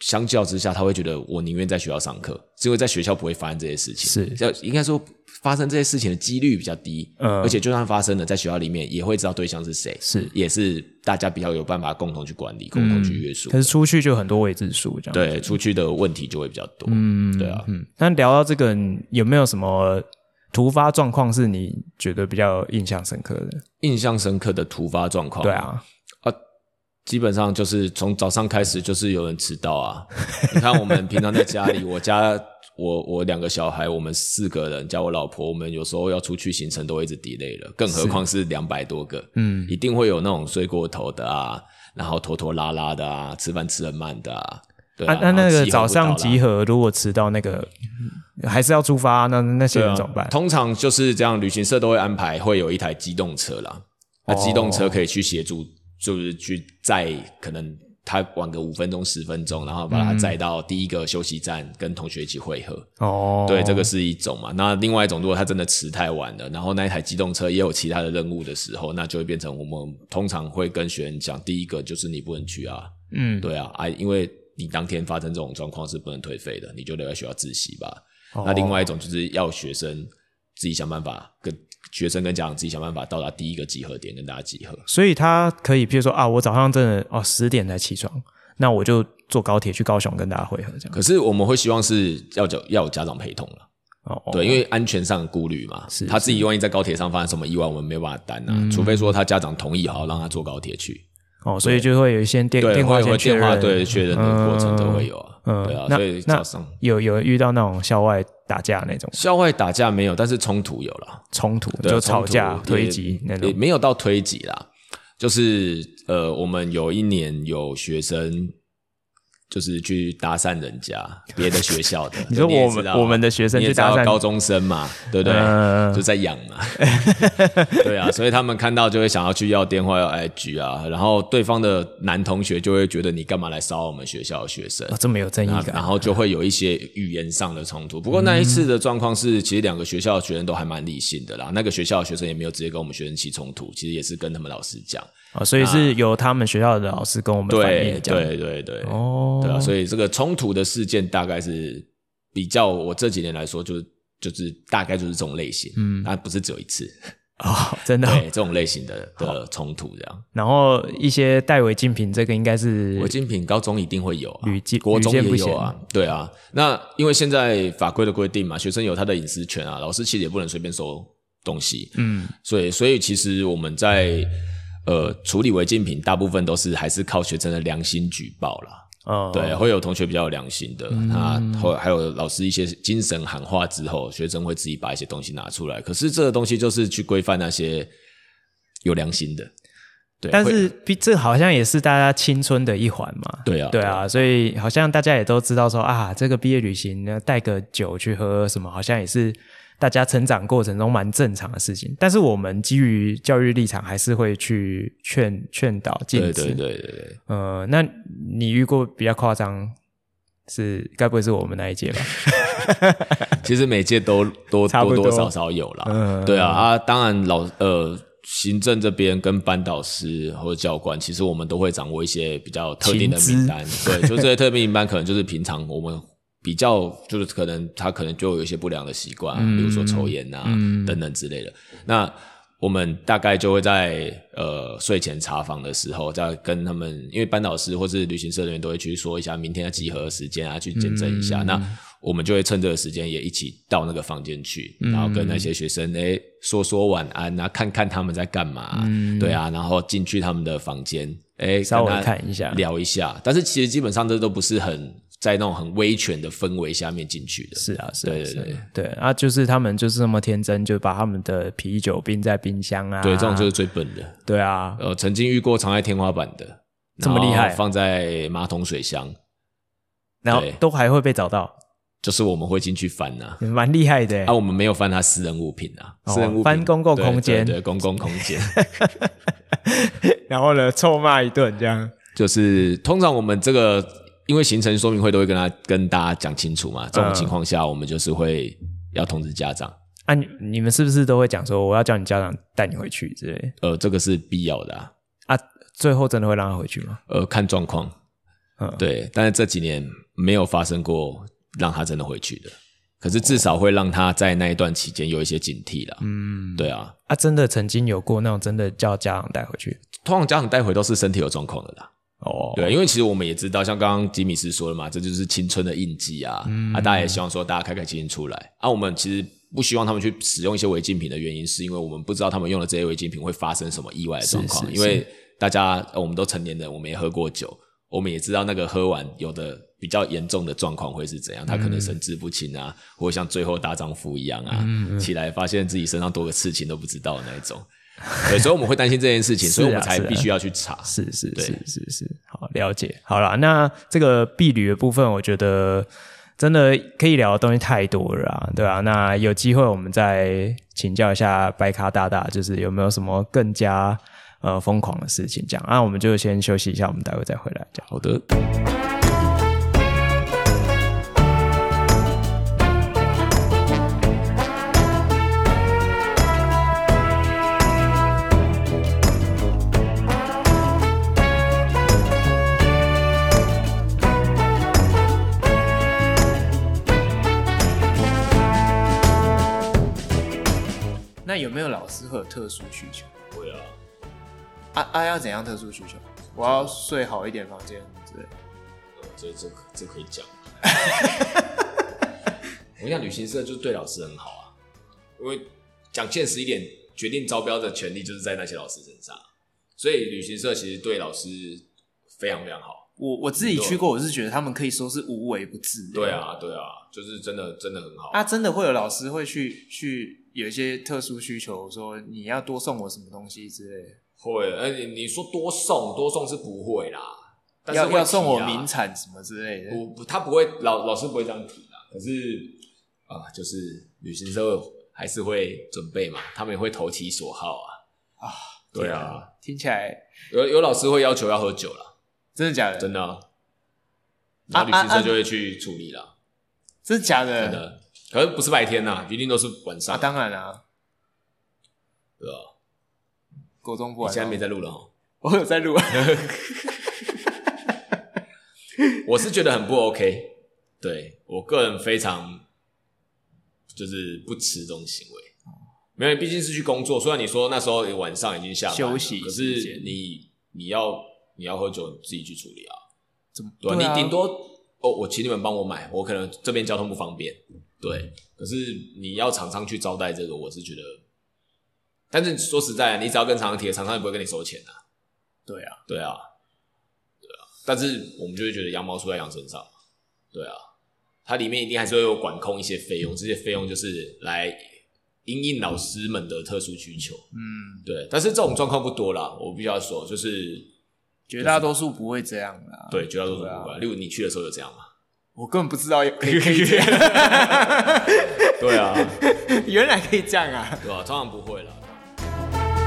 Speaker 4: 相较之下，他会觉得我宁愿在学校上课，是因为在学校不会发生这些事情，
Speaker 1: 是
Speaker 4: 要应该说发生这些事情的几率比较低，
Speaker 1: 嗯
Speaker 4: 而且就算发生了，在学校里面也会知道对象是谁，
Speaker 1: 是
Speaker 4: 也是大家比较有办法共同去管理、共同去约束的，
Speaker 1: 可是出去就很多未知数，这样子
Speaker 4: 对出去的问题就会比较多，
Speaker 1: 嗯，
Speaker 4: 对啊
Speaker 1: 嗯。那聊到这个，你有没有什么突发状况是你觉得比较印象深刻的？
Speaker 4: 印象深刻的突发状况，
Speaker 1: 对啊，
Speaker 4: 啊，基本上就是从早上开始就是有人迟到啊。
Speaker 1: [laughs]
Speaker 4: 你看我们平常在家里，我家我我两个小孩，我们四个人加我老婆，我们有时候要出去行程都会一直 delay 了，更何况是两百多个，
Speaker 1: 嗯
Speaker 4: 一定会有那种睡过头的啊，然后拖拖拉拉的啊，吃饭吃很慢的啊。对
Speaker 1: 啊，
Speaker 4: 啊，
Speaker 1: 那那个早上
Speaker 4: 集
Speaker 1: 集合如果迟到，那个还是要出发、那那些
Speaker 4: 对啊
Speaker 1: 人怎么办？
Speaker 4: 通常就是这样，旅行社都会安排会有一台机动车啦，那
Speaker 1: 哦
Speaker 4: 机动车可以去协助，就是去载可能。他晚个五分钟、十分钟，然后把他载到第一个休息站，跟同学一起汇合。
Speaker 1: 哦，
Speaker 4: 对，这个是一种嘛。那另外一种，如果他真的迟太晚了，然后那一台机动车也有其他的任务的时候，那就会变成我们通常会跟学员讲，第一个就是你不能去啊，
Speaker 1: 嗯，
Speaker 4: 对啊，啊，因为你当天发生这种状况是不能退费的，你就留在学校自习吧。
Speaker 1: 哦
Speaker 4: 那另外一种就是要学生自己想办法，跟学生跟家长自己想办法到达第一个集合点，跟大家集合。
Speaker 1: 所以他可以，譬如说啊，我早上真的哦十点才起床，那我就坐高铁去高雄跟大家会合，这样
Speaker 4: 可是我们会希望是要有要有家长陪同了。
Speaker 1: 哦，哦
Speaker 4: 对，因为安全上的顾虑嘛，
Speaker 1: 是嗯
Speaker 4: 他自己万一在高铁上发生什么意外，我们没有办法担啊，除非说他家长同意好让他坐高铁去，
Speaker 1: 哦，所以就会有一些电
Speaker 4: 对，
Speaker 1: 电话
Speaker 4: 会有
Speaker 1: 先确
Speaker 4: 电话
Speaker 1: 认，
Speaker 4: 对确认的过程都会有啊，
Speaker 1: 嗯，
Speaker 4: 对啊，
Speaker 1: 那
Speaker 4: 所以
Speaker 1: 那
Speaker 4: 早上
Speaker 1: 有有遇到那种校外打架那种
Speaker 4: 校外打架没有，但是冲突有了，
Speaker 1: 冲突，
Speaker 4: 对
Speaker 1: 就吵架
Speaker 4: 冲突
Speaker 1: 推
Speaker 4: 也
Speaker 1: 挤那
Speaker 4: 也
Speaker 1: 种，
Speaker 4: 没有到推挤啦，就是呃，我们有一年有学生。就是去搭讪人家别的学校的，
Speaker 1: [laughs] 你说
Speaker 4: 对也
Speaker 1: 我们
Speaker 4: 知道啊
Speaker 1: 我们的学生
Speaker 4: 你也
Speaker 1: 去
Speaker 4: 知
Speaker 1: 搭
Speaker 4: 道
Speaker 1: 讪
Speaker 4: 高中生嘛，对不对？
Speaker 1: 嗯
Speaker 4: 就在养
Speaker 1: [laughs]
Speaker 4: 嘛，对啊，所以他们看到就会想要去要电话、要 IG 啊，然后对方的男同学就会觉得你干嘛来骚扰我们学校的学生
Speaker 1: 哦，？这么有正义
Speaker 4: 那
Speaker 1: 感
Speaker 4: 然，后就会有一些语言上的冲
Speaker 1: 嗯
Speaker 4: 突。不过那一次的状况是，其实两个学校的学生都还蛮理性的啦。那个学校的学生也没有直接跟我们学生起冲突，其实也是跟他们老师讲。
Speaker 1: 哦，所以是由他们学校的老师跟我们反
Speaker 4: 对
Speaker 1: 映这样，
Speaker 4: 对对对，
Speaker 1: 哦，
Speaker 4: 对啊，所
Speaker 1: 以
Speaker 4: 以这个冲突的事件大概是比较我这几年来说，就是就是大概就是这种类型，嗯，啊，不是只有一次，
Speaker 1: 哦， [laughs] 真的哦，
Speaker 4: 对这种类型的的冲突这样。
Speaker 1: 然后一些代为竞品，这个应该是
Speaker 4: 违禁品高中一定会有、啊，
Speaker 1: 屡禁
Speaker 4: 国中也
Speaker 1: 屡见
Speaker 4: 有
Speaker 1: 不
Speaker 4: 啊，对啊。那因为现在法规的规定嘛，学生有他的隐私权啊，老师其实也不能随便收东西，
Speaker 1: 嗯，
Speaker 4: 所以所以其实我们在呃处理违禁品，大部分都是还是靠学生的良心举报啦。
Speaker 1: 哦，嗯
Speaker 4: 对，会有同学比较有良心的，他后还有老师一些精神喊话之后，学生会自己把一些东西拿出来。可是这个东西就是去规范那些有良心的，对，
Speaker 1: 但
Speaker 4: 会
Speaker 1: 是毕这好像也是大家青春的一环嘛。
Speaker 4: 对啊
Speaker 1: 对啊，所以好像大家也都知道说啊，这个毕业旅行呢，带个酒去喝什么，好像也是大家成长过程中蛮正常的事情。但是我们基于教育立场，还是会去劝劝导啊禁
Speaker 4: 对
Speaker 1: 止。
Speaker 4: 对对对对。
Speaker 1: 呃，那你遇过比较夸张是，该不会是我们那一
Speaker 4: [laughs]
Speaker 1: 届吧？
Speaker 4: 其实每届都多
Speaker 1: 差不
Speaker 4: 多
Speaker 1: 多
Speaker 4: 多少少有啦，
Speaker 1: 嗯
Speaker 4: 对啊啊，当然老呃。行政这边跟班导师或者教官，其实我们都会掌握一些比较特定的
Speaker 1: 情资
Speaker 4: 名单，对，
Speaker 1: [laughs]
Speaker 4: 就这些特定名单可能就是平常我们比较就是可能他可能就有一些不良的习惯啊，
Speaker 1: 嗯
Speaker 4: 比如说抽烟啊、等等之类的。那我们大概就会在呃睡前查房的时候，再跟他们，因为班导师或是旅行社人员都会去说一下明天要集合的时间啊，去见证一下。
Speaker 1: 嗯
Speaker 4: 那我们就会趁这个时间也一起到那个房间去，然后跟那些学生诶说说晚安啊，看看他们在干嘛，对啊，然后进去他们的房间，诶，
Speaker 1: 嗯稍微
Speaker 4: 跟他
Speaker 1: 看一下
Speaker 4: 聊一下。但是其实基本上这都不是很在那种很威权的氛围下面进去的，
Speaker 1: 是啊，是啊，
Speaker 4: 对对
Speaker 1: 是啊
Speaker 4: 对
Speaker 1: 对啊，就是他们就是这么天真，就把他们的啤酒冰在冰箱啊，
Speaker 4: 对，这种就是最笨的。
Speaker 1: 对啊，
Speaker 4: 呃，曾经遇过藏在天花板的，
Speaker 1: 这么厉害啊
Speaker 4: 然后放在马桶水箱，
Speaker 1: 然后
Speaker 4: 对
Speaker 1: 都还会被找到，
Speaker 4: 就是我们会进去翻呐、啊。
Speaker 1: 蛮厉害的欸。
Speaker 4: 我们没有翻他私人物品啊，
Speaker 1: 哦
Speaker 4: 私人物品
Speaker 1: 翻公共空间
Speaker 4: 对对对公共空间， [laughs]
Speaker 1: 然后呢，臭骂一顿这样。
Speaker 4: 就是通常我们这个因为行程说明会都会跟他跟大家讲清楚嘛，这种
Speaker 1: 嗯
Speaker 4: 情况下我们就是会要通知家长，
Speaker 1: 啊，你你们是不是都会讲说我要叫你家长带你回去之类的
Speaker 4: 呃，这个是必要的、啊，
Speaker 1: 啊？最后真的会让他回去吗？
Speaker 4: 呃，看状况，
Speaker 1: 嗯
Speaker 4: 对，但是这几年没有发生过让他真的回去的，可是至少会让他在那一段期间有一些警惕啦，嗯，对啊，
Speaker 1: 啊，真的曾经有过那种真的叫家长带回去
Speaker 4: 通常家长带回都是身体有状况的啦。
Speaker 1: 哦，
Speaker 4: 对，因为其实我们也知道，像刚刚吉米斯说的嘛，这就是青春的印记啊。
Speaker 1: 嗯
Speaker 4: 啊，大家也希望说大家开开心心出来。啊，我们其实不希望他们去使用一些违禁品的原因，是因为我们不知道他们用了这些违禁品会发生什么意外的状况。
Speaker 1: 是是
Speaker 4: 因为大家、呃我们都成年人，我们也喝过酒，我们也知道那个喝完有的比较严重的状况会是怎样，他可
Speaker 1: 嗯
Speaker 4: 能神志不清啊，或者像最后大丈夫一样啊，
Speaker 1: 嗯
Speaker 4: 起来发现自己身上多个刺青都不知道的那一种。对，所以我们会担心这件事情，
Speaker 1: [laughs] 是啊
Speaker 4: 所以我们才
Speaker 1: 是啊
Speaker 4: 必须要去查。
Speaker 1: 是是
Speaker 4: 对
Speaker 1: 是是是，好了解。好啦，那这个避旅的部分，我觉得真的可以聊的东西太多了啊，对啊，那有机会我们再请教一下白咖大大，就是有没有什么更加呃疯狂的事情讲？那、啊、我们就先休息一下，我们待会再回来讲。
Speaker 4: 好的。
Speaker 5: 会有特殊需求。
Speaker 2: 会啊，
Speaker 5: 啊啊，要怎样特殊需求？我要睡好一点房间之类的。
Speaker 2: 嗯这这可这可以讲。 [laughs] 我跟你讲，旅行社就是对老师很好啊，因为讲现实一点，决定招标的权利就是在那些老师身上，所以旅行社其实对老师非常非常好。
Speaker 5: 我我自己去过，我是觉得他们可以说是无微不至。
Speaker 2: 对，啊，对啊，就是真的真的很好。
Speaker 5: 啊，真的会有老师会去去有一些特殊需求，说你要多送我什么东西之类的，
Speaker 2: 会，而且你说多送多送是不会啦，但是
Speaker 5: 要
Speaker 2: 会啊提啊
Speaker 5: 要送我名产什么之类的。
Speaker 2: 不不，他不会老老师不会这样提啦。可是啊、就是旅行社会还是会准备嘛，他们也会投其所好啊。
Speaker 5: 啊，
Speaker 2: [laughs] 对啊，
Speaker 5: 听起来
Speaker 2: 有有老师会要求要喝酒啦，
Speaker 5: 真的假的？
Speaker 2: 真的、啊，然后旅
Speaker 5: 啊
Speaker 2: 行社就会去处理啦，
Speaker 5: 真的假的？
Speaker 2: 真的。可是不是白天呐、一定都是晚上，
Speaker 5: 啊，当然啊，
Speaker 2: 对啊。
Speaker 5: 国中不
Speaker 2: 你
Speaker 5: 玩。
Speaker 2: 现在没，在录了哈，
Speaker 5: [laughs] 我有在录。啊
Speaker 2: 我是觉得很不 OK，对我个人非常就是不吃这种行为。没有，你毕竟是去工作。虽然你说那时候晚上已经下班了
Speaker 5: 休息
Speaker 2: 可
Speaker 5: 时
Speaker 2: 是
Speaker 5: 间
Speaker 2: 你你要你要喝酒，你自己去处理啊。
Speaker 5: 怎么？
Speaker 2: [laughs] 对啊，
Speaker 5: 啊
Speaker 2: 你顶多哦，我请你们帮我买，我可能这边交通不方便。对，可是你要厂商去招待这个，我是觉得，但是说实在，啊你只要跟厂商提，厂商也不会跟你收钱啊。
Speaker 5: 对啊，
Speaker 2: 对啊，对啊。但是我们就会觉得羊毛出在羊身上，对啊，它里面一定还是会有管控一些费用，这些费用就是来因应老师们的特殊需求。
Speaker 5: 嗯，
Speaker 2: 对，但是这种状况不多啦，我必须要说，就是
Speaker 5: 绝大多数不会这样啦。，
Speaker 2: 对绝大多数
Speaker 5: 对啊
Speaker 2: 不会。例如你去的时候有这样
Speaker 5: [laughs]
Speaker 2: 吗？
Speaker 5: 我根本不知道可以可以这样，
Speaker 2: 对啊，
Speaker 5: 原来可以这样啊！
Speaker 2: 对啊，当然不会啦。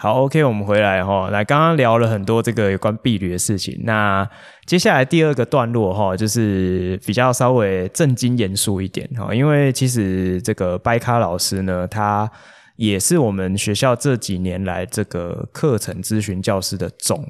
Speaker 1: 好，OK，我们回来哈。来，刚刚聊了很多这个有关避旅的事情。那接下来第二个段落哈，就是比较稍微正经严肃一点哈，因为其实这个掰咖老师呢，他也是我们学校这几年来这个课程咨询教师的总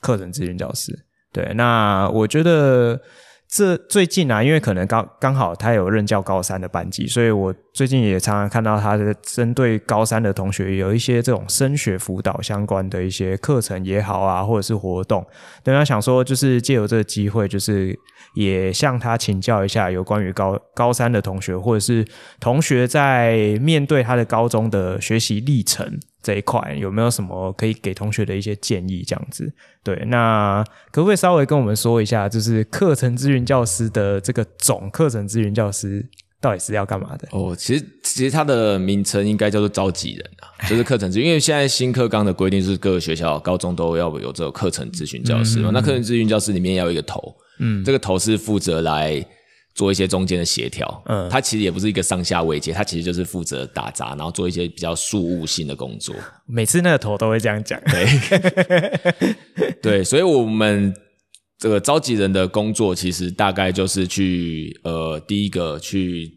Speaker 1: 课程咨询教师。对，那我觉得这最近啊，因为可能刚刚好他有任教高三的班级，所以我最近也常常看到他的针对高三的同学有一些这种升学辅导相关的一些课程也好啊，或者是活动。对，那想说就是借由这个机会，就是也向他请教一下有关于高高三的同学，或者是同学在面对他的高中的学习历程这一块，有没有什么可以给同学的一些建议？这样子，对，那可不可以稍微跟我们说一下，就是课程咨询教师的这个总课程咨询教师到底是要干嘛的？
Speaker 4: 哦，其实其实它的名称应该叫做召集人啊，就是课程咨询，因为现在新课纲的规定是各个学校高中都要有这种课程咨询教师
Speaker 5: 嗯
Speaker 4: 嘛，那课程咨询教师里面要有一个头，嗯，这个头是负责来。做一些中间的协调，嗯，他其实也不是一个上下位阶，他其实就是负责打杂，然后做一些比较事务性的工
Speaker 1: [laughs]
Speaker 4: 作。
Speaker 1: 每次那个头都会这样讲，
Speaker 4: 对，所以我们这个召集人的工作，其实大概就是去呃，第一个去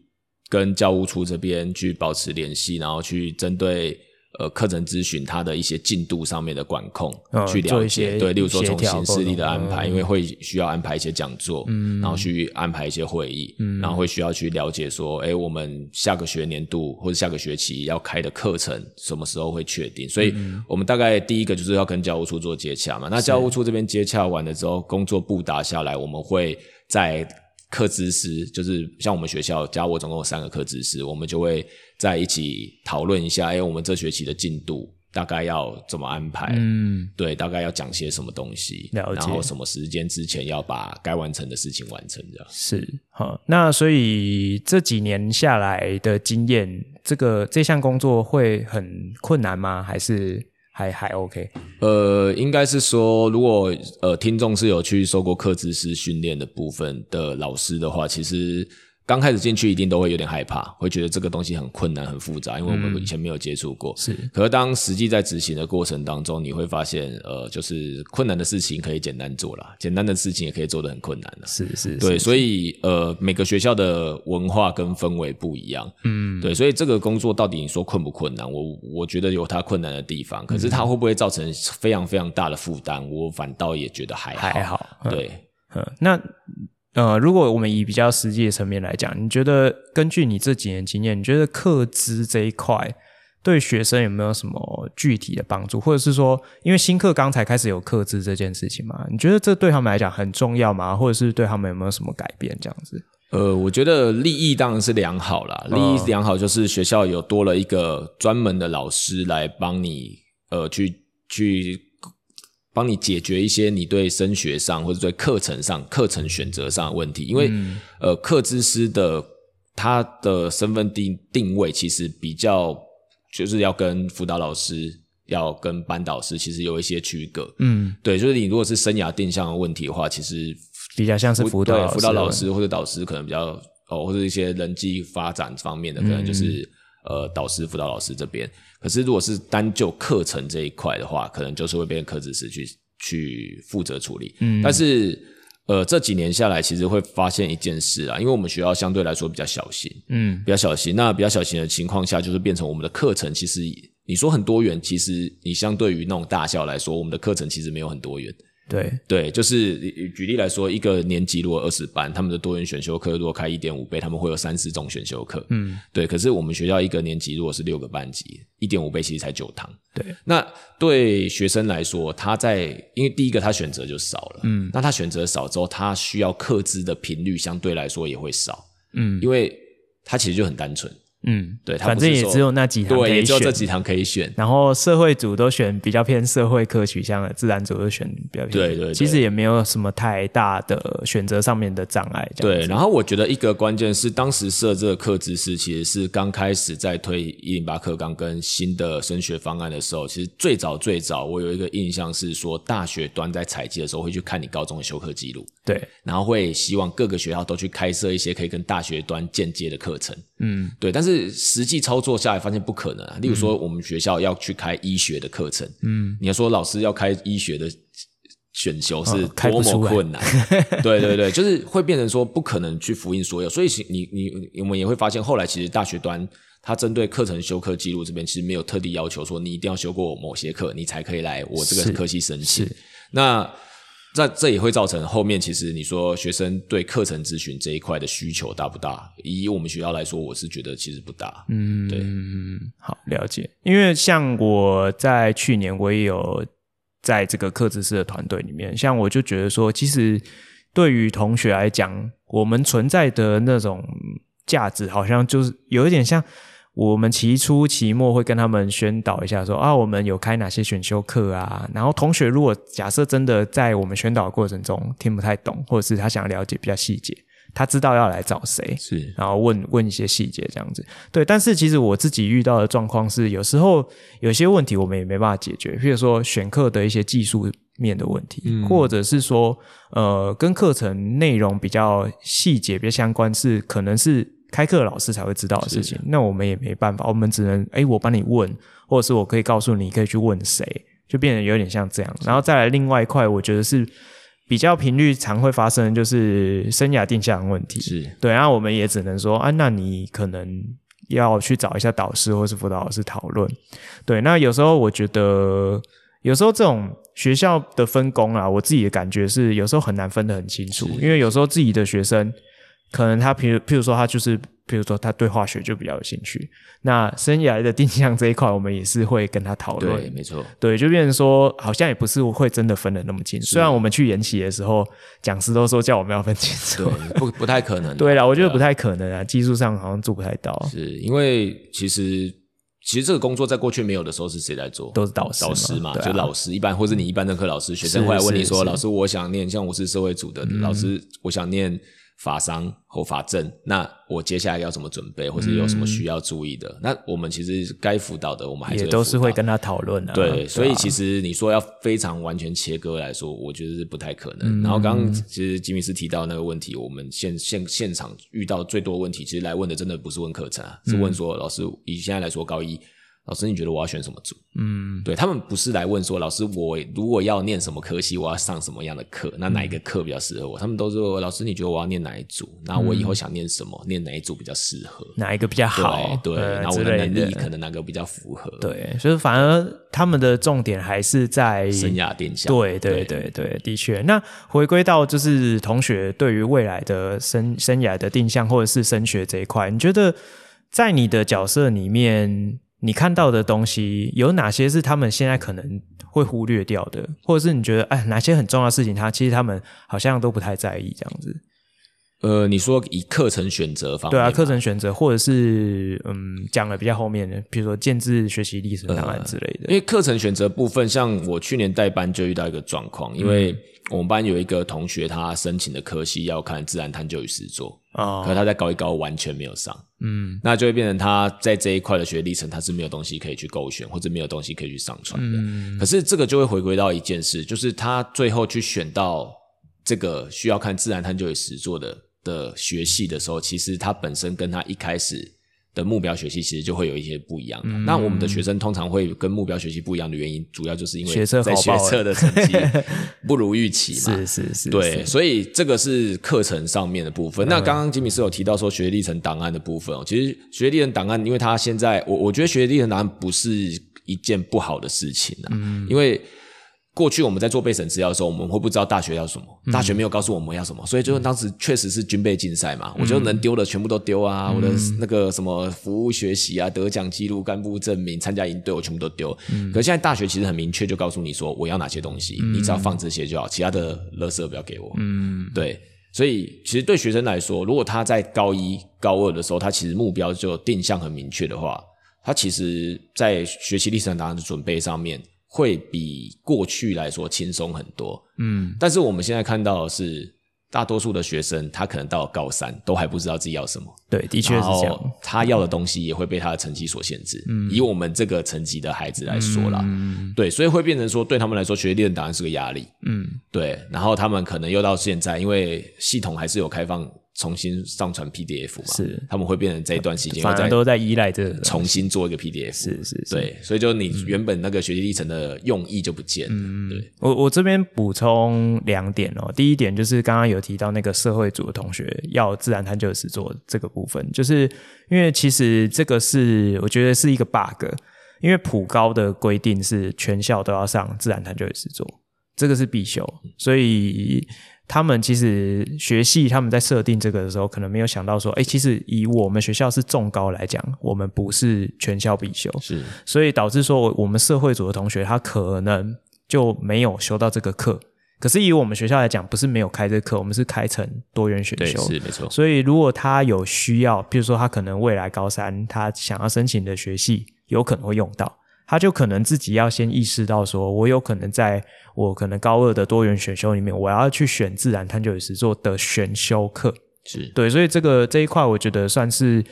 Speaker 4: 跟教务处这边去保持联系，然后去针对呃课程咨询它的一些进度上面的管控，
Speaker 1: 嗯
Speaker 4: 去
Speaker 1: 做
Speaker 4: 了
Speaker 1: 一些
Speaker 4: 解。对，例如说
Speaker 1: 协
Speaker 4: 从
Speaker 1: 调
Speaker 4: 形
Speaker 1: 沟
Speaker 4: 式力的
Speaker 1: 通
Speaker 4: 安排，
Speaker 1: 嗯
Speaker 4: 因为会需要安排一些讲座，然后去安排一些会议，然后会需要去了解说，哎，我们下个学年度或者下个学期要开的课程什么时候会确定？所以我们大概第一个就是要跟教务处做接洽嘛。那教务处这边接洽完了之后，工作布达下来，我们会在。课知师就是像我们学校加我总共有三个课知师，我们就会在一起讨论一下，哎，我们这学期的进度大概要怎么安排？
Speaker 1: 嗯，
Speaker 4: 对，大概要讲些什么东西，
Speaker 1: 了解
Speaker 4: 然后什么时间之前要把该完成的事情完成，这样。
Speaker 1: 是好，那所以这几年下来的经验，这个这项工作会很困难吗？还是还还 OK？
Speaker 4: 呃，应该是说，如果呃听众是有去受过课知师训练的部分的老师的话，其实刚开始进去一定都会有点害怕，会觉得这个东西很困难、很复杂，因为我们
Speaker 1: 嗯
Speaker 4: 以前没有接触过。
Speaker 1: 是
Speaker 4: 可是当实际在执行的过程当中，你会发现，呃，就是困难的事情可以简单做啦，简单的事情也可以做得很困难啦。
Speaker 1: 是是，
Speaker 4: 对，
Speaker 1: 是
Speaker 4: 所以呃，每个学校的文化跟氛围不一样，
Speaker 1: 嗯，
Speaker 4: 对，所以这个工作到底你说困不困难？我我觉得有它困难的地方，可是
Speaker 1: 嗯
Speaker 4: 它会不会造成非常非常大的负担？我反倒也觉得还好。
Speaker 1: 还好，嗯
Speaker 4: 对，
Speaker 1: 嗯，那呃，如果我们以比较实际的层面来讲，你觉得根据你这几年经验，你觉得课资这一块对学生有没有什么具体的帮助，或者是说，因为新课刚才开始有课资这件事情嘛，你觉得这对他们来讲很重要吗？或者是对他们有没有什么改变这样子？
Speaker 4: 呃，我觉得利益当然是良好啦，利益良好就是学校有多了一个专门的老师来帮你，呃，去去帮你解决一些你对升学上或者对课程上、课程选择上的问题，因为、呃，课知师的他的身份定定位其实比较就是要跟辅导老师。要跟班导师其实有一些区隔，
Speaker 1: 嗯，
Speaker 4: 对，就是你如果是生涯定向的问题的话，其实
Speaker 1: 比较像是辅导
Speaker 4: 对
Speaker 1: 老师
Speaker 4: 辅导
Speaker 1: 的
Speaker 4: 老
Speaker 1: 问题
Speaker 4: 师或者导师可能比较哦，或者一些人际发展方面的，可能
Speaker 1: 嗯
Speaker 4: 就是、呃导师、辅导老师这边。可是如果是单就课程这一块的话，可能就是会被科指师去去负责处理。嗯，但是呃这几年下来，其实会发现一件事啊，因为我们学校相对来说比较小心，
Speaker 1: 嗯，
Speaker 4: 比较小心。那比较小心的情况下，就是变成我们的课程其实你说很多元，其实你相对于那种大校来说，我们的课程其实没有很多元。
Speaker 1: 对，
Speaker 4: 对，就是以举例来说，一个年级如果二十班，他们的多元选修课如果开一点五倍，他们会有三十种选修课。
Speaker 1: 嗯，
Speaker 4: 对。可是我们学校一个年级如果是六个班级，一点五倍其实才九堂。
Speaker 1: 对，
Speaker 4: 那对学生来说，他在因为第一个他选择就少了，嗯，那他选择少之后，他需要课资的频率相对来说也会少，
Speaker 1: 嗯
Speaker 4: 因为他其实就很单纯，
Speaker 1: 嗯，
Speaker 4: 对，他
Speaker 1: 反
Speaker 4: 不是
Speaker 1: 正也
Speaker 4: 说
Speaker 1: 只有那几堂可
Speaker 4: 对，也
Speaker 1: 以
Speaker 4: 只有这
Speaker 1: 选。
Speaker 4: 几堂可以选。
Speaker 1: 然后社会组都选比较偏社会科取向的，自然组都选比较偏
Speaker 4: 对对对
Speaker 1: 其实也没有什么太大的选择上面的障碍。这样
Speaker 4: 对，
Speaker 1: 子
Speaker 4: 然后我觉得一个关键是，当时设这个课知识其实是刚开始在推一零八课纲跟新的升学方案的时候，其实最早最早我有一个印象是说，大学端在采集的时候会去看你高中的修课记录，
Speaker 1: 对，
Speaker 4: 然后会希望各个学校都去开设一些可以跟大学端间接的课程。
Speaker 1: 嗯
Speaker 4: 对，但是实际操作下来发现不可能啊。例如说，我们学校要去开医学的课程，
Speaker 1: 嗯，
Speaker 4: 你要说老师要开医学的选修是
Speaker 1: 哦开
Speaker 4: 多
Speaker 1: 不
Speaker 4: 么
Speaker 1: 出来
Speaker 4: 困难，对对对，就是会变成说不可能去复印所有，所以其你你你我们也会发现，后来其实大学端它针对课程修课记录这边其实没有特地要求说你一定要修过某些课，你才可以来我这
Speaker 1: 是
Speaker 4: 个科系申请
Speaker 1: 是。
Speaker 4: 那在这也会造成后面其实你说学生对课程咨询这一块的需求大不大？以我们学校来说，我是觉得其实不大。
Speaker 1: 嗯，
Speaker 4: 对
Speaker 1: 嗯，好了解。因为像我在去年我也有在这个克制师的团队里面，像我就觉得说，其实对于同学来讲，我们存在的那种价值，好像就是有一点像。我们期初、期末会跟他们宣导一下说啊，我们有开哪些选修课啊。然后同学如果假设真的在我们宣导的过程中听不太懂，或者是他想了解比较细节，他知道要来找谁，
Speaker 4: 是
Speaker 1: 然后问问一些细节这样子。对，但是其实我自己遇到的状况是，有时候有些问题我们也没办法解决，譬如说选课的一些技术面的问题，或者是说呃跟课程内容比较细节比较相关是，可能是开课老师才会知道的事情。那我们也没办法，我们只能诶，我帮你问，或者是我可以告诉你，可以去问谁，就变得有点像这样。然后再来另外一块，我觉得是。比较频率常会发生的就是生涯定向的问题，
Speaker 4: 是，
Speaker 1: 对，然后我们也只能说啊，那你可能要去找一下导师或是辅导老师讨论。对，那有时候我觉得，有时候这种学校的分工啊，我自己的感觉是有时候很难分得很清楚，因为有时候自己的学生可能他，譬如譬如说他就是，譬如说他对化学就比较有兴趣，那生涯的定向这一块，我们也是会跟他讨
Speaker 4: 对，
Speaker 1: 论。
Speaker 4: 没错。
Speaker 1: 对，就变成说，好像也不是会真的分得那么清楚。虽然我们去研习的时候，讲师都说叫我们要分清楚，
Speaker 4: 对，不不太可
Speaker 1: [laughs]
Speaker 4: 能。啊
Speaker 1: 对啦，啊我觉得不太可能啊，技术上好像做不太到，
Speaker 4: 是因为其实其实这个工作在过去没有的时候是谁在做？
Speaker 1: 都是导师嘛
Speaker 4: 老师嘛，
Speaker 1: 对啊
Speaker 4: 就老师一般或者你一般任课老师，学生
Speaker 1: 是嗯
Speaker 4: 会来问你
Speaker 1: 是
Speaker 4: 说：“
Speaker 1: 是
Speaker 4: 老师，我想念像我是社会组的老师，我想念法商或法政，那我接下来要怎么准备，或者有什
Speaker 1: 嗯
Speaker 4: 么需要注意的？那我们其实该辅导的，我们还是
Speaker 1: 也都是
Speaker 4: 辅导
Speaker 1: 会跟他讨论的、啊。
Speaker 4: 对，所以
Speaker 1: 啊
Speaker 4: 其实你说要非常完全切割来说，我觉得是不太可能。
Speaker 1: 嗯
Speaker 4: 然后刚刚其实吉米斯提到那个问题，我们现现现场遇到最多问题，其实来问的真的不是问课程啊，
Speaker 1: 嗯
Speaker 4: 是问说老师以现在来说高一，老师你觉得我要选什么组？
Speaker 1: 嗯，
Speaker 4: 对他们不是来问说老师我如果要念什么科系，我要上什么样的课，那哪一个
Speaker 1: 嗯
Speaker 4: 课比较适合我？他们都说老师你觉得我要念哪一组？那我
Speaker 1: 嗯
Speaker 4: 以后想念什么？念哪一组比较适合？
Speaker 1: 哪一个比较好？
Speaker 4: 对，对
Speaker 1: 呃
Speaker 4: 然后
Speaker 1: 之
Speaker 4: 我的
Speaker 1: 类
Speaker 4: 能
Speaker 1: 的
Speaker 4: 力可能哪个比较符合？。
Speaker 1: 对，所以反而他们的重点还是在
Speaker 4: 生涯定向，
Speaker 1: 嗯对对对对，的确。那回归到就是同学对于未来的生生涯的定向，或者是升学这一块，你觉得在你的角色里面，你看到的东西有哪些是他们现在可能会忽略掉的，或者是你觉得哎哪些很重要的事情他，其实他们好像都不太在意这样子？
Speaker 4: 呃，你说以课程选择方面
Speaker 1: 对
Speaker 4: 吗，
Speaker 1: 啊，课程选择，或者是嗯讲了比较后面的，比如说建制学习历程档案之类的。
Speaker 4: 因为课程选择部分，像我去年带班就遇到一个状况，因
Speaker 1: 嗯
Speaker 4: 为我们班有一个同学，他申请的科系要看自然探究与实作，可是
Speaker 1: 哦，
Speaker 4: 他在高一高完全没有上，
Speaker 1: 嗯
Speaker 4: 那就会变成他在这一块的学历层，他是没有东西可以去勾选，或者没有东西可以去上传的。
Speaker 1: 嗯
Speaker 4: 可是这个就会回归到一件事，就是他最后去选到这个需要看自然探究与实作的的学系的时候，其实他本身跟他一开始的目标学系其实就会有一些不一样的。
Speaker 1: 嗯
Speaker 4: 那我们的学生通常会跟目标学习不一样的原因，主要就是因为
Speaker 1: 学测
Speaker 4: 在
Speaker 1: 考爆
Speaker 4: 学测
Speaker 1: 了
Speaker 4: 的成
Speaker 1: [laughs]
Speaker 4: 绩不如预期嘛。
Speaker 1: 是是是，
Speaker 4: 对，
Speaker 1: 是，嗯
Speaker 4: 所以这个是课程上面的部分。那刚刚吉米斯有提到说学历层档案的部分哦，其实学历层档案，因为它现在我我觉得学历层档案不是一件不好的事情啊，
Speaker 1: 嗯
Speaker 4: 因为。过去我们在做备审资料的时候，我们会不知道大学要什么，
Speaker 1: 嗯
Speaker 4: 大学没有告诉我们要什么，所以就当时确实是军备竞赛嘛，我就能丢的全部都丢啊，我的那个什么服务学习啊、得奖记录、干部证明、参加营队，我全部都丢。可是现在大学其实很明确，就告诉你说我要哪些东西，你只要放这些就好，其他的垃圾不要给我。
Speaker 1: 嗯
Speaker 4: 对，所以其实对学生来说，如果他在高一、高二的时候，他其实目标就定向很明确的话，他其实在学习历程档案的准备上面，会比过去来说轻松很多。
Speaker 1: 嗯，
Speaker 4: 但是我们现在看到的是，大多数的学生他可能到了高三都还不知道自己要什么，
Speaker 1: 对，的确是这
Speaker 4: 然
Speaker 1: 样。嗯
Speaker 4: 后他要的东西也会被他的成绩所限制。以我们这个层级的孩子来说啦，对，所以会变成说，对他们来说，学历的档案是个压力。
Speaker 1: 嗯，
Speaker 4: 对，然后他们可能又到现在，因为系统还是有开放重新上传 PDF 嘛，
Speaker 1: 是
Speaker 4: 他们会变成这一段期间
Speaker 1: 反
Speaker 4: 又
Speaker 1: 而
Speaker 4: 再
Speaker 1: 都在依赖这个
Speaker 4: 重新做一个 PDF，
Speaker 1: 是是嗯是。
Speaker 4: 对，所以就你原本那个学习历程的用意就不见了，
Speaker 1: 嗯
Speaker 4: 对，
Speaker 1: 我我这边补充两点哦，第一点就是刚刚有提到那个社会组的同学要自然探究实做这个部分，就是因为其实这个是我觉得是一个 bug，因为普高的规定是全校都要上自然探究实做，这个是必修，所以他们其实学系他们在设定这个的时候，可能没有想到说，哎，其实以我们学校是重高来讲，我们不是全校必修，
Speaker 4: 是
Speaker 1: 所以导致说我我们社会组的同学他可能就没有修到这个课。可是以我们学校来讲，不是没有开这个课，我们是开成多元选
Speaker 4: 对，
Speaker 1: 修。
Speaker 4: 是没错，
Speaker 1: 所以如果他有需要，譬如说他可能未来高三他想要申请的学系有可能会用到，他就可能自己要先意识到说，我有可能在我可能高二的多元选修里面，我要去选自然探究与实作的选修课。
Speaker 4: 是
Speaker 1: 对，所以这个这一块，我觉得算是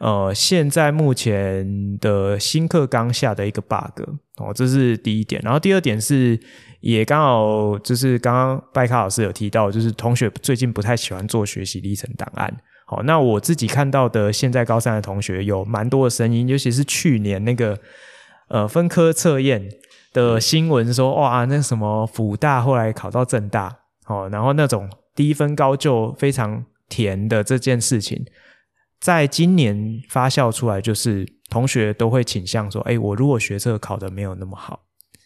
Speaker 1: 呃，现在目前的新课纲下的一个 bug 哦，这是第一点。然后第二点是，也刚好就是刚刚拜卡老师有提到，就是同学最近不太喜欢做学习历程档案。好，那我自己看到的，现在高三的同学有蛮多的声音，尤其是去年那个呃分科测验的新闻说，哇，那什么辅大后来考到正大，哦，然后那种低分高就非常甜的这件事情，在今年发酵出来，就是同学都会倾向说，哎，我如果学测考的没有那么好。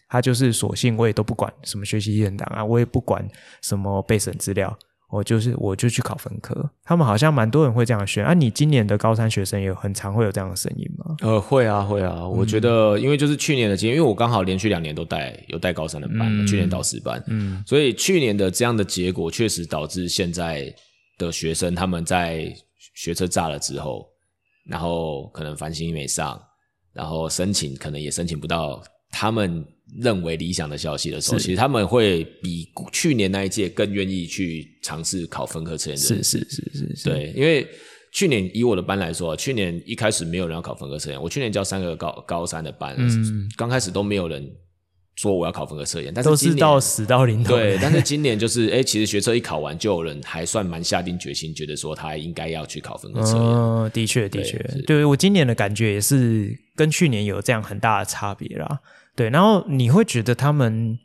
Speaker 1: 他就是索性我也都不管什么学习历程档啊案，我也不管什么备审资料，我就是我就去考分科。他们好像蛮多人会这样选啊。你今年的高三学生也很常会有这样的声音吗？
Speaker 4: 呃，会啊，会啊，我
Speaker 1: 嗯
Speaker 4: 觉得，因为就是去年的经验，因为我刚好连续两年都带有带高三的班，
Speaker 1: 嗯
Speaker 4: 去年导师班，
Speaker 1: 嗯
Speaker 4: 所以去年的这样的结果，确实导致现在的学生他们在学车炸了之后，然后可能繁星没上，然后申请可能也申请不到他们认为理想的消息的时候，其实他们会比去年那一届更愿意去尝试考分科测验的
Speaker 1: 是
Speaker 4: 人。
Speaker 1: 是是是是，
Speaker 4: 对，因为去年以我的班来说，啊去年一开始没有人要考分科测验，我去年教三个高高三的班，啊
Speaker 1: 嗯
Speaker 4: 刚开始都没有人说我要考分科测验，但是
Speaker 1: 都
Speaker 4: 今
Speaker 1: 是
Speaker 4: 年
Speaker 1: 到死到临头的。
Speaker 4: 对，但是今年就是，哎、其实学测一考完，就有人还算蛮下定决心，觉得说他应该要去考分科测验。
Speaker 1: 嗯，的确，的
Speaker 4: 对
Speaker 1: 确
Speaker 4: 是，
Speaker 1: 对我今年的感觉也是跟去年有这样很大的差别啦。对，然后你会觉得他们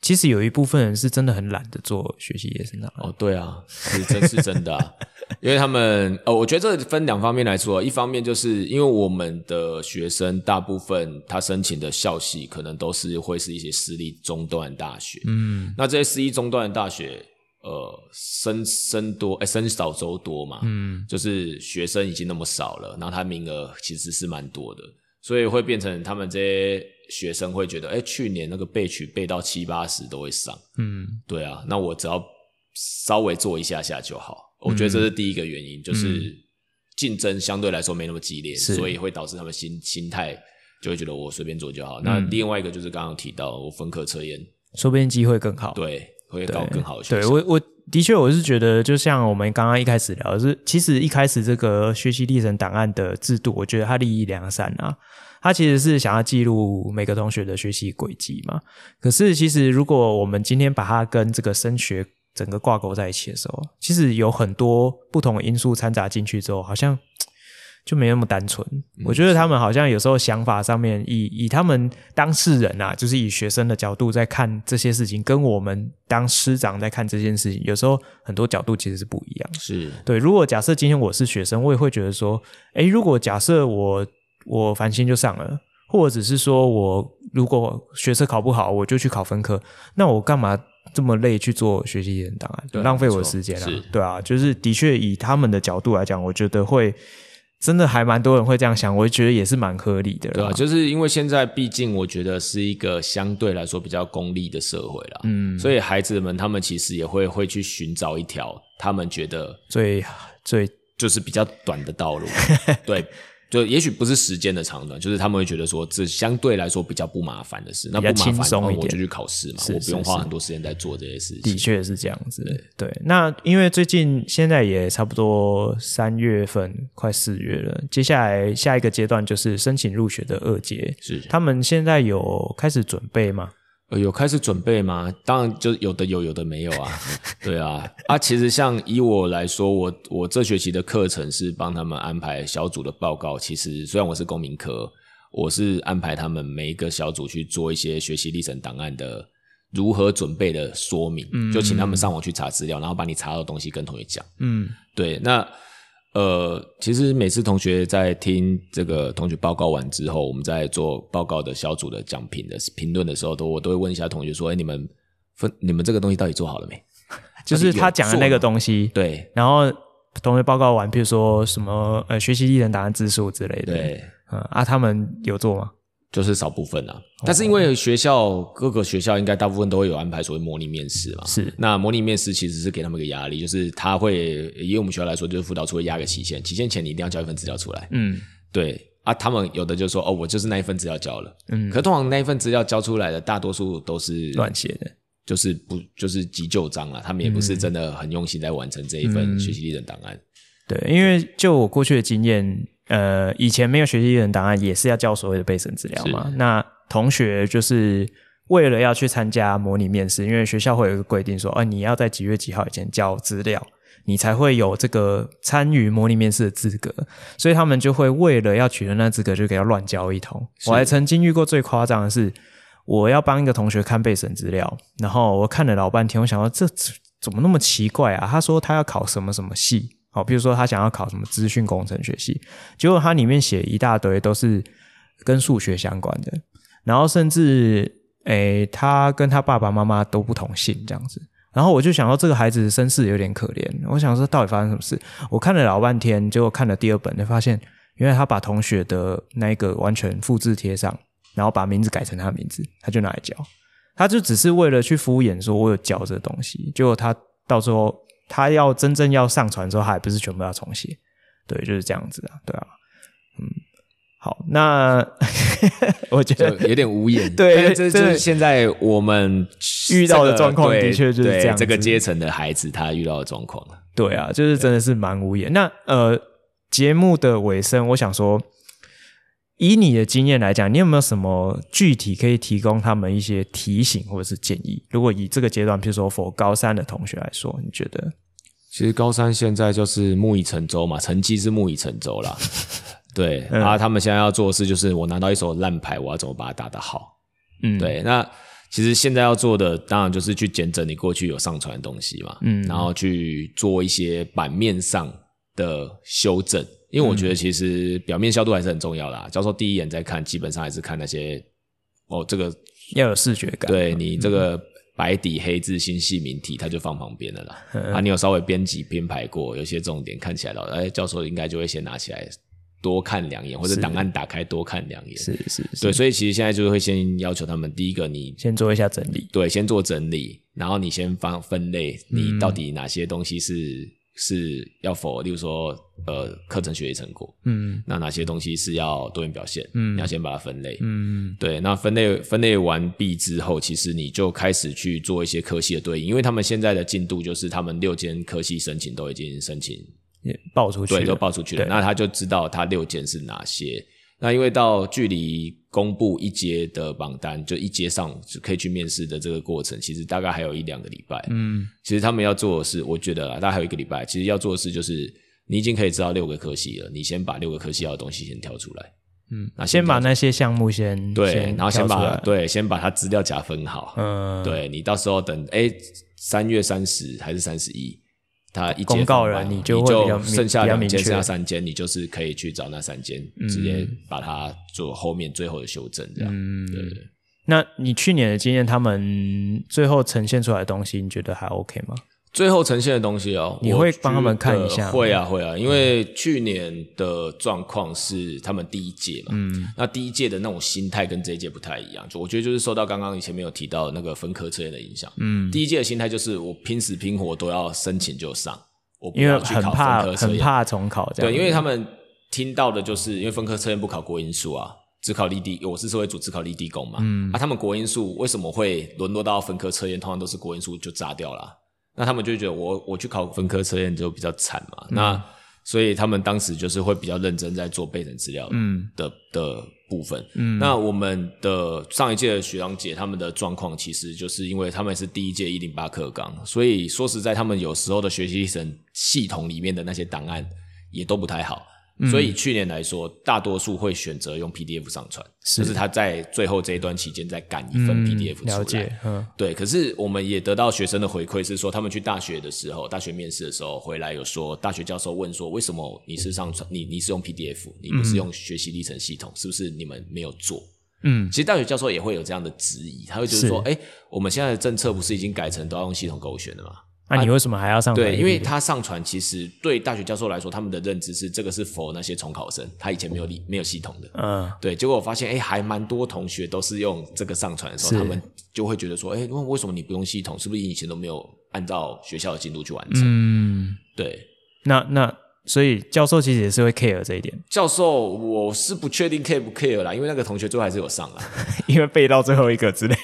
Speaker 1: 其实有一部分人是真的很懒得做学习野生档案，
Speaker 4: 哦，对啊，是真是真的、啊，因为他们呃，我觉得这分两方面来说，一方面就是因为我们的学生大部分他申请的校系可能都是会是一些私立中段大学，
Speaker 1: 嗯
Speaker 4: 那这些私立中段的大学，呃，生生多哎生少周多嘛，
Speaker 1: 嗯，
Speaker 4: 就是学生已经那么少了，然后他名额其实是蛮多的，所以会变成他们这些学生会觉得，哎、去年那个备取备到七八十都会上。
Speaker 1: 嗯
Speaker 4: 对啊，那我只要稍微做一下下就好。我觉得这
Speaker 1: 嗯
Speaker 4: 是第一个原因，就是竞争相对来说没那么激烈，
Speaker 1: 是
Speaker 4: 所以会导致他们心心态就会觉得我随便做就
Speaker 1: 嗯
Speaker 4: 好。那另外一个就是刚刚提到我分科测验，
Speaker 1: 说不定机会更好。
Speaker 4: 对，会
Speaker 1: 对，
Speaker 4: 搞更好的学
Speaker 1: 对
Speaker 4: 生。
Speaker 1: 我，我的确我是觉得，就像我们刚刚一开始聊的是，其实一开始这个学习历程档案的制度，我觉得它利益良善啊。它其实是想要记录每个同学的学习轨迹嘛。可是其实如果我们今天把它跟这个升学整个挂钩在一起的时候，其实有很多不同的因素掺杂进去之后，好像就没那么单纯。我觉得他们好像有时候想法上面以，以他们当事人啊，就是以学生的角度在看这些事情，跟我们当师长在看这件事情，有时候很多角度其实是不一样的。
Speaker 4: 是
Speaker 1: 对，如果假设今天我是学生，我也会觉得说，诶，如果假设我我繁星就上了，或者是说我如果学车考不好，我就去考分科，那我干嘛这么累去做学习人档案，
Speaker 4: 对
Speaker 1: 浪费我
Speaker 4: 没
Speaker 1: 的
Speaker 4: 错
Speaker 1: 时间啊
Speaker 4: 是？
Speaker 1: 对啊，就是的确以他们的角度来讲，我觉得会真的还蛮多人会这样想，我觉得也是蛮合理的啦，
Speaker 4: 对啊，就是因为现在毕竟我觉得是一个相对来说比较功利的社会啦，
Speaker 1: 嗯，
Speaker 4: 所以孩子们他们其实也会会去寻找一条他们觉得
Speaker 1: 最最
Speaker 4: 就是比较短的
Speaker 1: [laughs]
Speaker 4: 道路，对，就也许不是时间的长短，就是他们会觉得说这相对来说比较不麻烦的事，那不
Speaker 1: 比
Speaker 4: 麻
Speaker 1: 较
Speaker 4: 烦
Speaker 1: 轻松
Speaker 4: 哦
Speaker 1: 一点
Speaker 4: 我就去考试嘛，
Speaker 1: 是
Speaker 4: 我不用
Speaker 1: 是
Speaker 4: 花
Speaker 1: 是
Speaker 4: 很多时间在做这些事情。
Speaker 1: 的，确是这样子。对那因为最近现在也差不多三月份，快四月了，接下来下一个阶段就是申请入学的二阶。
Speaker 4: 是
Speaker 1: 他们现在有开始准备吗？
Speaker 4: 呃有开始准备吗？当然，就有的有，有的没有啊。对啊，啊，其实像以我来说，我我这学期的课程是帮他们安排小组的报告。其实虽然我是公民科，我是安排他们每一个小组去做一些学习历程档案的如何准备的说明，就请他们上网去查资料，然后把你查到的东西跟同学讲。
Speaker 1: 嗯，
Speaker 4: 对，那呃，其实每次同学在听这个同学报告完之后，我们在做报告的小组的讲评的评论的时候，都我都会问一下同学说：“哎，你们分你们这个东西到底做好了没
Speaker 1: 就是他讲的那个东西？”，，
Speaker 4: 对
Speaker 1: 然后同学报告完，譬如说什么呃学习历程档案字数之类的，，
Speaker 4: 对，
Speaker 1: 嗯啊，他们有做吗？
Speaker 4: 就是少部分啊。但是因为学校各个学校应该大部分都会有安排所谓模拟面试嘛，
Speaker 1: 是
Speaker 4: 那模拟面试其实是给他们一个压力，就是他会以我们学校来说，就是辅导处会压个期限，期限前你一定要交一份资料出来。
Speaker 1: 嗯
Speaker 4: 对啊，他们有的就说哦，我就是那一份资料交了，
Speaker 1: 嗯，
Speaker 4: 可通常那一份资料交出来的，大多数都是
Speaker 1: 乱写的，
Speaker 4: 就是不就是急救章了。他们也不是真的很用心在完成这一份学习历程档 [laughs] 案。
Speaker 1: 对，因为就我过去的经验，呃，以前没有学习人档案，也是要交所谓的备审资料嘛。那同学就是为了要去参加模拟面试，因为学校会有一个规定说，哦、你要在几月几号以前交资料，你才会有这个参与模拟面试的资格。所以他们就会为了要取得那资格，就给他乱交一通。我还曾经遇过最夸张的是，我要帮一个同学看备审资料，然后我看了老半天，我想到这怎怎么那么奇怪啊？他说他要考什么什么系，好，比如说他想要考什么资讯工程学系，结果它里面写一大堆都是跟数学相关的，然后甚至诶，他跟他爸爸妈妈都不同姓这样子。然后我就想到这个孩子身世有点可怜，我想说到底发生什么事？我看了老半天，结果看了第二本，就发现原来他把同学的那一个完全复制贴上，然后把名字改成他的名字，他就拿来交，他就只是为了去敷衍说我有交这个东西，结果他到时候他要真正要上传之后，他还不是全部要重写，对，就是这样子啊，对啊，嗯，好，那 [laughs] 我觉
Speaker 4: 就
Speaker 1: 得
Speaker 4: 有点无言。
Speaker 1: 对
Speaker 4: 但是这
Speaker 1: 真
Speaker 4: 就
Speaker 1: 的
Speaker 4: 是现在我 [laughs] 们
Speaker 1: 遇到
Speaker 4: 这
Speaker 1: 的
Speaker 4: 个
Speaker 1: 状况
Speaker 4: 对
Speaker 1: 的确就是
Speaker 4: 对
Speaker 1: 这样子
Speaker 4: 这个阶层的孩子他遇到的状况。
Speaker 1: 对
Speaker 4: 嗯
Speaker 1: 啊，就是真的是蛮无言。那呃，节目的尾声，我想说，以你的经验来讲，你有没有什么具体可以提供他们一些提醒或者是建议？如果以这个阶段，譬如说否高三的同学来说，你觉得？
Speaker 4: 其实高三现在就是木已成舟嘛，成绩是木已成舟 [laughs] 啦。对，
Speaker 1: 嗯
Speaker 4: 啊，他们现在要做的事就是，我拿到一手烂牌，我要怎么把它打得好？
Speaker 1: 嗯，
Speaker 4: 对，那其实现在要做的，当然就是去检整你过去有上传的东西嘛，
Speaker 1: 嗯
Speaker 4: 然后去做一些版面上的修正，因为我觉
Speaker 1: 嗯
Speaker 4: 得其实表面效度还是很重要啦。教授第一眼在看，基本上还是看那些哦，这个
Speaker 1: 要有视觉感。
Speaker 4: 对你这
Speaker 1: 嗯
Speaker 4: 个白底黑字新细明体，它就放旁边了啦。
Speaker 1: 嗯
Speaker 4: 啊，你有稍微编辑编排过，有些重点看起来了，哎，教授应该就会先拿起来多看两眼，或者档案打开多看两眼。
Speaker 1: 是是是，
Speaker 4: 对，所以其实现在就是会先要求他们，第一个你
Speaker 1: 先做一下整理。
Speaker 4: 对先做整理，然后你先分分类，你
Speaker 1: 嗯
Speaker 4: 到底哪些东西是、是要否，例如说呃课程学习成果，
Speaker 1: 嗯
Speaker 4: 那哪些东西是要多元表现，
Speaker 1: 嗯
Speaker 4: 你要先把它分类，
Speaker 1: 嗯
Speaker 4: 对，那分类分类完毕之后，其实你就开始去做一些科系的对应，因为他们现在的进度就是他们六间科系申请都已经申请，
Speaker 1: 也报出去了，
Speaker 4: 对，都报出去了，
Speaker 1: 对
Speaker 4: 那他就知道他六间是哪些。那因为到距离公布一阶的榜单，就一阶上就可以去面试的这个过程，其实大概还有一两个礼拜。
Speaker 1: 嗯
Speaker 4: 其实他们要做的事，我觉得啦，啊大概还有一个礼拜，其实要做的事就是你已经可以知道六个科系了，你先把六个科系要的东西先挑出来。
Speaker 1: 嗯，
Speaker 4: 那
Speaker 1: 先
Speaker 4: 先
Speaker 1: 把那些项目先
Speaker 4: 对，然后先
Speaker 1: 挑出
Speaker 4: 把
Speaker 1: 来
Speaker 4: 对先把它资料夹分好，
Speaker 1: 嗯
Speaker 4: 对你到时候等哎三月三十还是三十一，他一
Speaker 1: 公
Speaker 4: 揭
Speaker 1: 告
Speaker 4: 放
Speaker 1: 了
Speaker 4: 完
Speaker 1: 你
Speaker 4: 你
Speaker 1: 就会比较明
Speaker 4: 剩下
Speaker 1: 比较
Speaker 4: 两
Speaker 1: 明
Speaker 4: 间，
Speaker 1: 确
Speaker 4: 剩下三间，你就是可以去找那三间，直接把它做后面最后的修正，这样、
Speaker 1: 嗯
Speaker 4: 对对对。
Speaker 1: 那你去年的经验，他们最后呈现出来的东西，你觉得还 OK 吗？
Speaker 4: 最后呈现的东西哦，
Speaker 1: 你
Speaker 4: 我
Speaker 1: 会
Speaker 4: 觉
Speaker 1: 帮他们
Speaker 4: 得
Speaker 1: 看一下吗嗯
Speaker 4: 会啊，会啊，因为去年的状况是他们第一届嘛，
Speaker 1: 嗯
Speaker 4: 那第一届的那种心态跟这一届不太一样，就我觉得就是受到刚刚以前没有提到的那个分科测验的影响。
Speaker 1: 嗯，
Speaker 4: 第一届的心态就是我拼死拼活都要申请就上，我不
Speaker 1: 因为
Speaker 4: 要去
Speaker 1: 很
Speaker 4: 考
Speaker 1: 怕
Speaker 4: 分科测
Speaker 1: 很
Speaker 4: 验。
Speaker 1: 怕重考这样
Speaker 4: 对，
Speaker 1: 子，
Speaker 4: 因为他们听到的就是因为分科测验不考国英数啊，只考立地，我是社会组只考立地工嘛。嗯，啊，他们国英数为什么会沦落到分科测验？通常都是国英数就炸掉了啊、那他们就会觉得我我去考分科测验就比较惨嘛。
Speaker 1: 嗯
Speaker 4: 那所以他们当时就是会比较认真在做备审资料的
Speaker 1: 嗯
Speaker 4: 的的部分。嗯，那我们的上一届的学长姐他们的状况，其实就是因为他们是第一届一零八课纲，所以说实在，他们有时候的学习神系统里面的那些档案也都不太好。
Speaker 1: 嗯
Speaker 4: 所以去年来说，大多数会选择用 PDF 上传，就是他在最后这一段期间再赶一份
Speaker 1: 嗯
Speaker 4: PDF 出来。啊
Speaker 1: 了解，嗯
Speaker 4: 对，可是我们也得到学生的回馈是说，他们去大学的时候，大学面试的时候回来有说，大学教授问说，为什么你是上传你你是用 PDF，你不是用学习历程系统，是不是你们没有做？
Speaker 1: 嗯
Speaker 4: 其实大学教授也会有这样的质疑，他会就是说，
Speaker 1: 是
Speaker 4: 哎，我们现在的政策不是已经改成都要用系统勾选了吗？
Speaker 1: 那、你为什么还要上台？
Speaker 4: 哦啊对，因为他上传其实对大学教授来说，他们的认知是这个是否那些重考生，他以前没有理没有系统的，
Speaker 1: 嗯
Speaker 4: 对，结果我发现，哎，还蛮多同学都是用这个上传的时
Speaker 1: 是
Speaker 4: 候，他们就会觉得说，哎，那为什么你不用系统？是不是你以前都没有按照学校的进度去完成？
Speaker 1: 嗯，
Speaker 4: 对，
Speaker 1: 那那所以教授其实也是会 care 这一点， [laughs]
Speaker 4: 教授，我是不确定 care 不 care 啦，因为那个同学最后还是有上
Speaker 1: [laughs]
Speaker 4: 啦，
Speaker 1: 因为背到最后一个之类。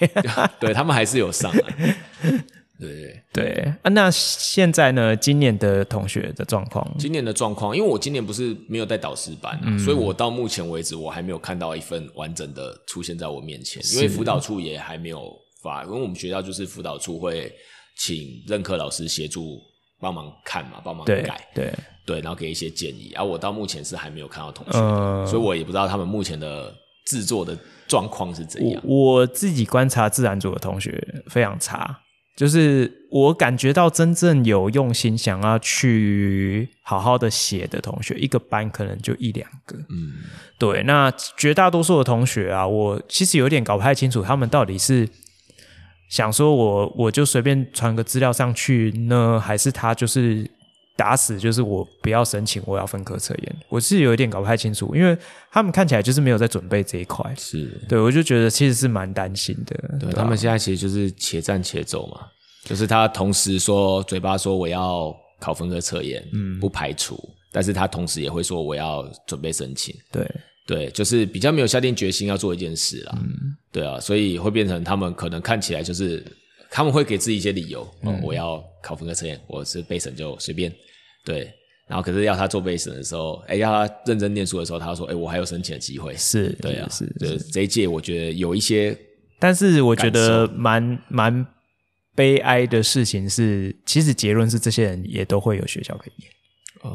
Speaker 4: 对他们还是有上啦。对对对，
Speaker 1: 对 [laughs] 啊，那现在呢？今年的同学的状况，
Speaker 4: 今年的状况，因为我今年不是没有带导师班、啊，
Speaker 1: 嗯
Speaker 4: 所以我到目前为止我还没有看到一份完整的出现在我面前，因为辅导处也还没有发，因为我们学校就是辅导处会请任课老师协助帮忙看嘛，帮忙
Speaker 1: 对
Speaker 4: 改，
Speaker 1: 对，
Speaker 4: 对，然后给一些建议。而、啊我到目前是还没有看到同学的，
Speaker 1: 嗯、
Speaker 4: 所以我也不知道他们目前的制作的状况是怎样。
Speaker 1: 我我自己观察自然组的同学非常差，就是我感觉到真正有用心想要去好好的写的同学，一个班可能就一两个。
Speaker 4: 嗯，
Speaker 1: 对，那绝大多数的同学啊，我其实有点搞不太清楚他们到底是。想说我我就随便传个资料上去呢，还是他就是打死就是我不要申请，我要分科测验，我是有一点搞不太清楚，因为他们看起来就是没有在准备这一块。
Speaker 4: 是
Speaker 1: 对，我就觉得其实是蛮担心的。啊
Speaker 4: 对啊
Speaker 1: 吧
Speaker 4: 他们现在其实就是且战且走嘛，就是他同时说嘴巴说我要考分科测验，嗯，不排除，但是他同时也会说我要准备申请，
Speaker 1: 对
Speaker 4: 对，就是比较没有下定决心要做一件事
Speaker 1: 嗯
Speaker 4: 啦。对啊，所以会变成他们可能看起来就是他们会给自己一些理由，哦
Speaker 1: 嗯
Speaker 4: 我要考分科测验，我是备审就随便。对，然后可是要他做备审的时候，哎，要他认真念书的时候，他说，哎，我还有申请的机会。
Speaker 1: 是，
Speaker 4: 对啊，
Speaker 1: 是
Speaker 4: 对这一届我觉得有一些
Speaker 1: 但是我觉得
Speaker 4: 感
Speaker 1: 蛮蛮悲哀的事情是，其实结论是这些人也都会有学校可以念。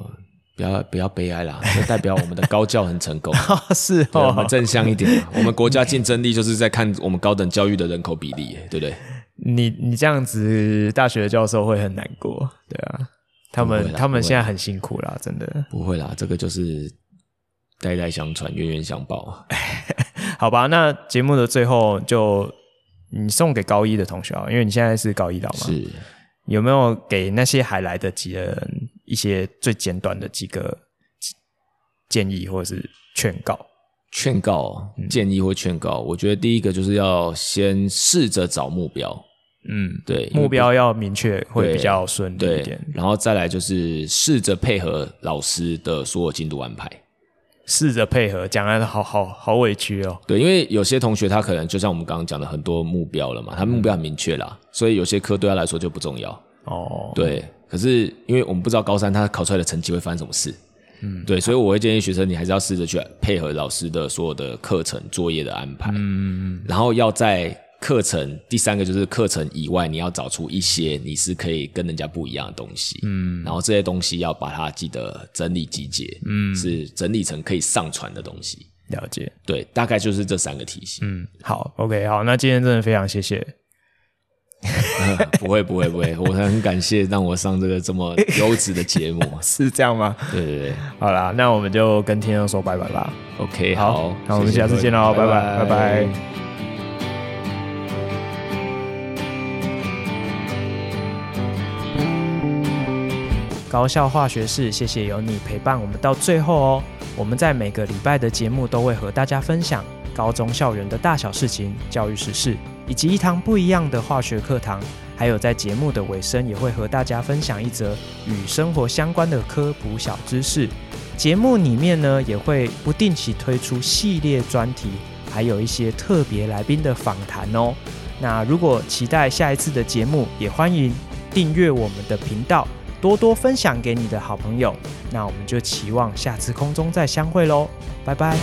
Speaker 4: 不要不要悲哀啦，这代表我们的高教很成
Speaker 1: [laughs]
Speaker 4: 功。 [laughs]
Speaker 1: 是
Speaker 4: 对，我们
Speaker 1: 哦，
Speaker 4: 正向一点嘛。我们国家竞争力就是在看我们高等教育的人口比例，对不对？
Speaker 1: 你你这样子，大学的教授会很难过，对啊，他
Speaker 4: 不会
Speaker 1: 们
Speaker 4: 啦
Speaker 1: 他们
Speaker 4: 不会
Speaker 1: 现在很辛苦啦，真的。
Speaker 4: 不会啦，这个就是代代相传，冤冤相报
Speaker 1: 哎
Speaker 4: 啊。
Speaker 1: 好吧，那节目的最后就你送给高一的同学啊，因为你现在是高一到嘛，
Speaker 4: 是，
Speaker 1: 有没有给那些还来得及的人一些最简短的几个建议或者是劝告？
Speaker 4: 劝告、
Speaker 1: 嗯
Speaker 4: 建议或劝告，我觉得第一个就是要先试着找目标，
Speaker 1: 嗯，
Speaker 4: 对因为
Speaker 1: 目标要明确，会
Speaker 4: 对
Speaker 1: 比较顺利一
Speaker 4: 对
Speaker 1: 点。，
Speaker 4: 然后再来就是试着配合老师的所有进度安排。
Speaker 1: 试着配合，讲的好好好委屈哦。
Speaker 4: 对，因为有些同学他可能就像我们刚刚讲的很多目标了嘛，他目标很明确啦，所以有些科对他来说就不重要。
Speaker 1: 哦，
Speaker 4: 对，可是因为我们不知道高三他考出来的成绩会发生什么事，嗯，对，所以我会建议学生你还是要试着去配合老师的所有的课程作业的安排，嗯，然后要在课程第三个就是课程以外，你要找出一些你是可以跟人家不一样的东西，嗯，然后这些东西要把它记得整理集结，嗯，是整理成可以上传的东西，
Speaker 1: 了解。
Speaker 4: 对，大概就是这三个体系，
Speaker 1: 嗯，好，OK，好，那今天真的非常谢谢。
Speaker 4: [laughs] 不会不会不会，我很感谢让我上这个这么优质的
Speaker 1: [laughs]
Speaker 4: 节目，
Speaker 1: 是这样吗？
Speaker 4: 对对对。
Speaker 1: 好啦，那我们就跟听众说拜拜吧。
Speaker 4: OK，
Speaker 1: 好
Speaker 4: 好，
Speaker 1: 那我们
Speaker 4: 谢谢
Speaker 1: 下次
Speaker 4: 各位
Speaker 1: 见喽拜拜拜拜高校化学室，谢谢有你陪伴我们到最后哦。我们在每个礼拜的节目都会和大家分享高中校园的大小事情、教育时事，以及一堂不一样的化学课堂。还有在节目的尾声，也会和大家分享一则与生活相关的科普小知识。节目里面呢，也会不定期推出系列专题，还有一些特别来宾的访谈哦。那如果期待下一次的节目，也欢迎订阅我们的频道，多多分享给你的好朋友。那我们就期望下次空中再相会喽，拜拜。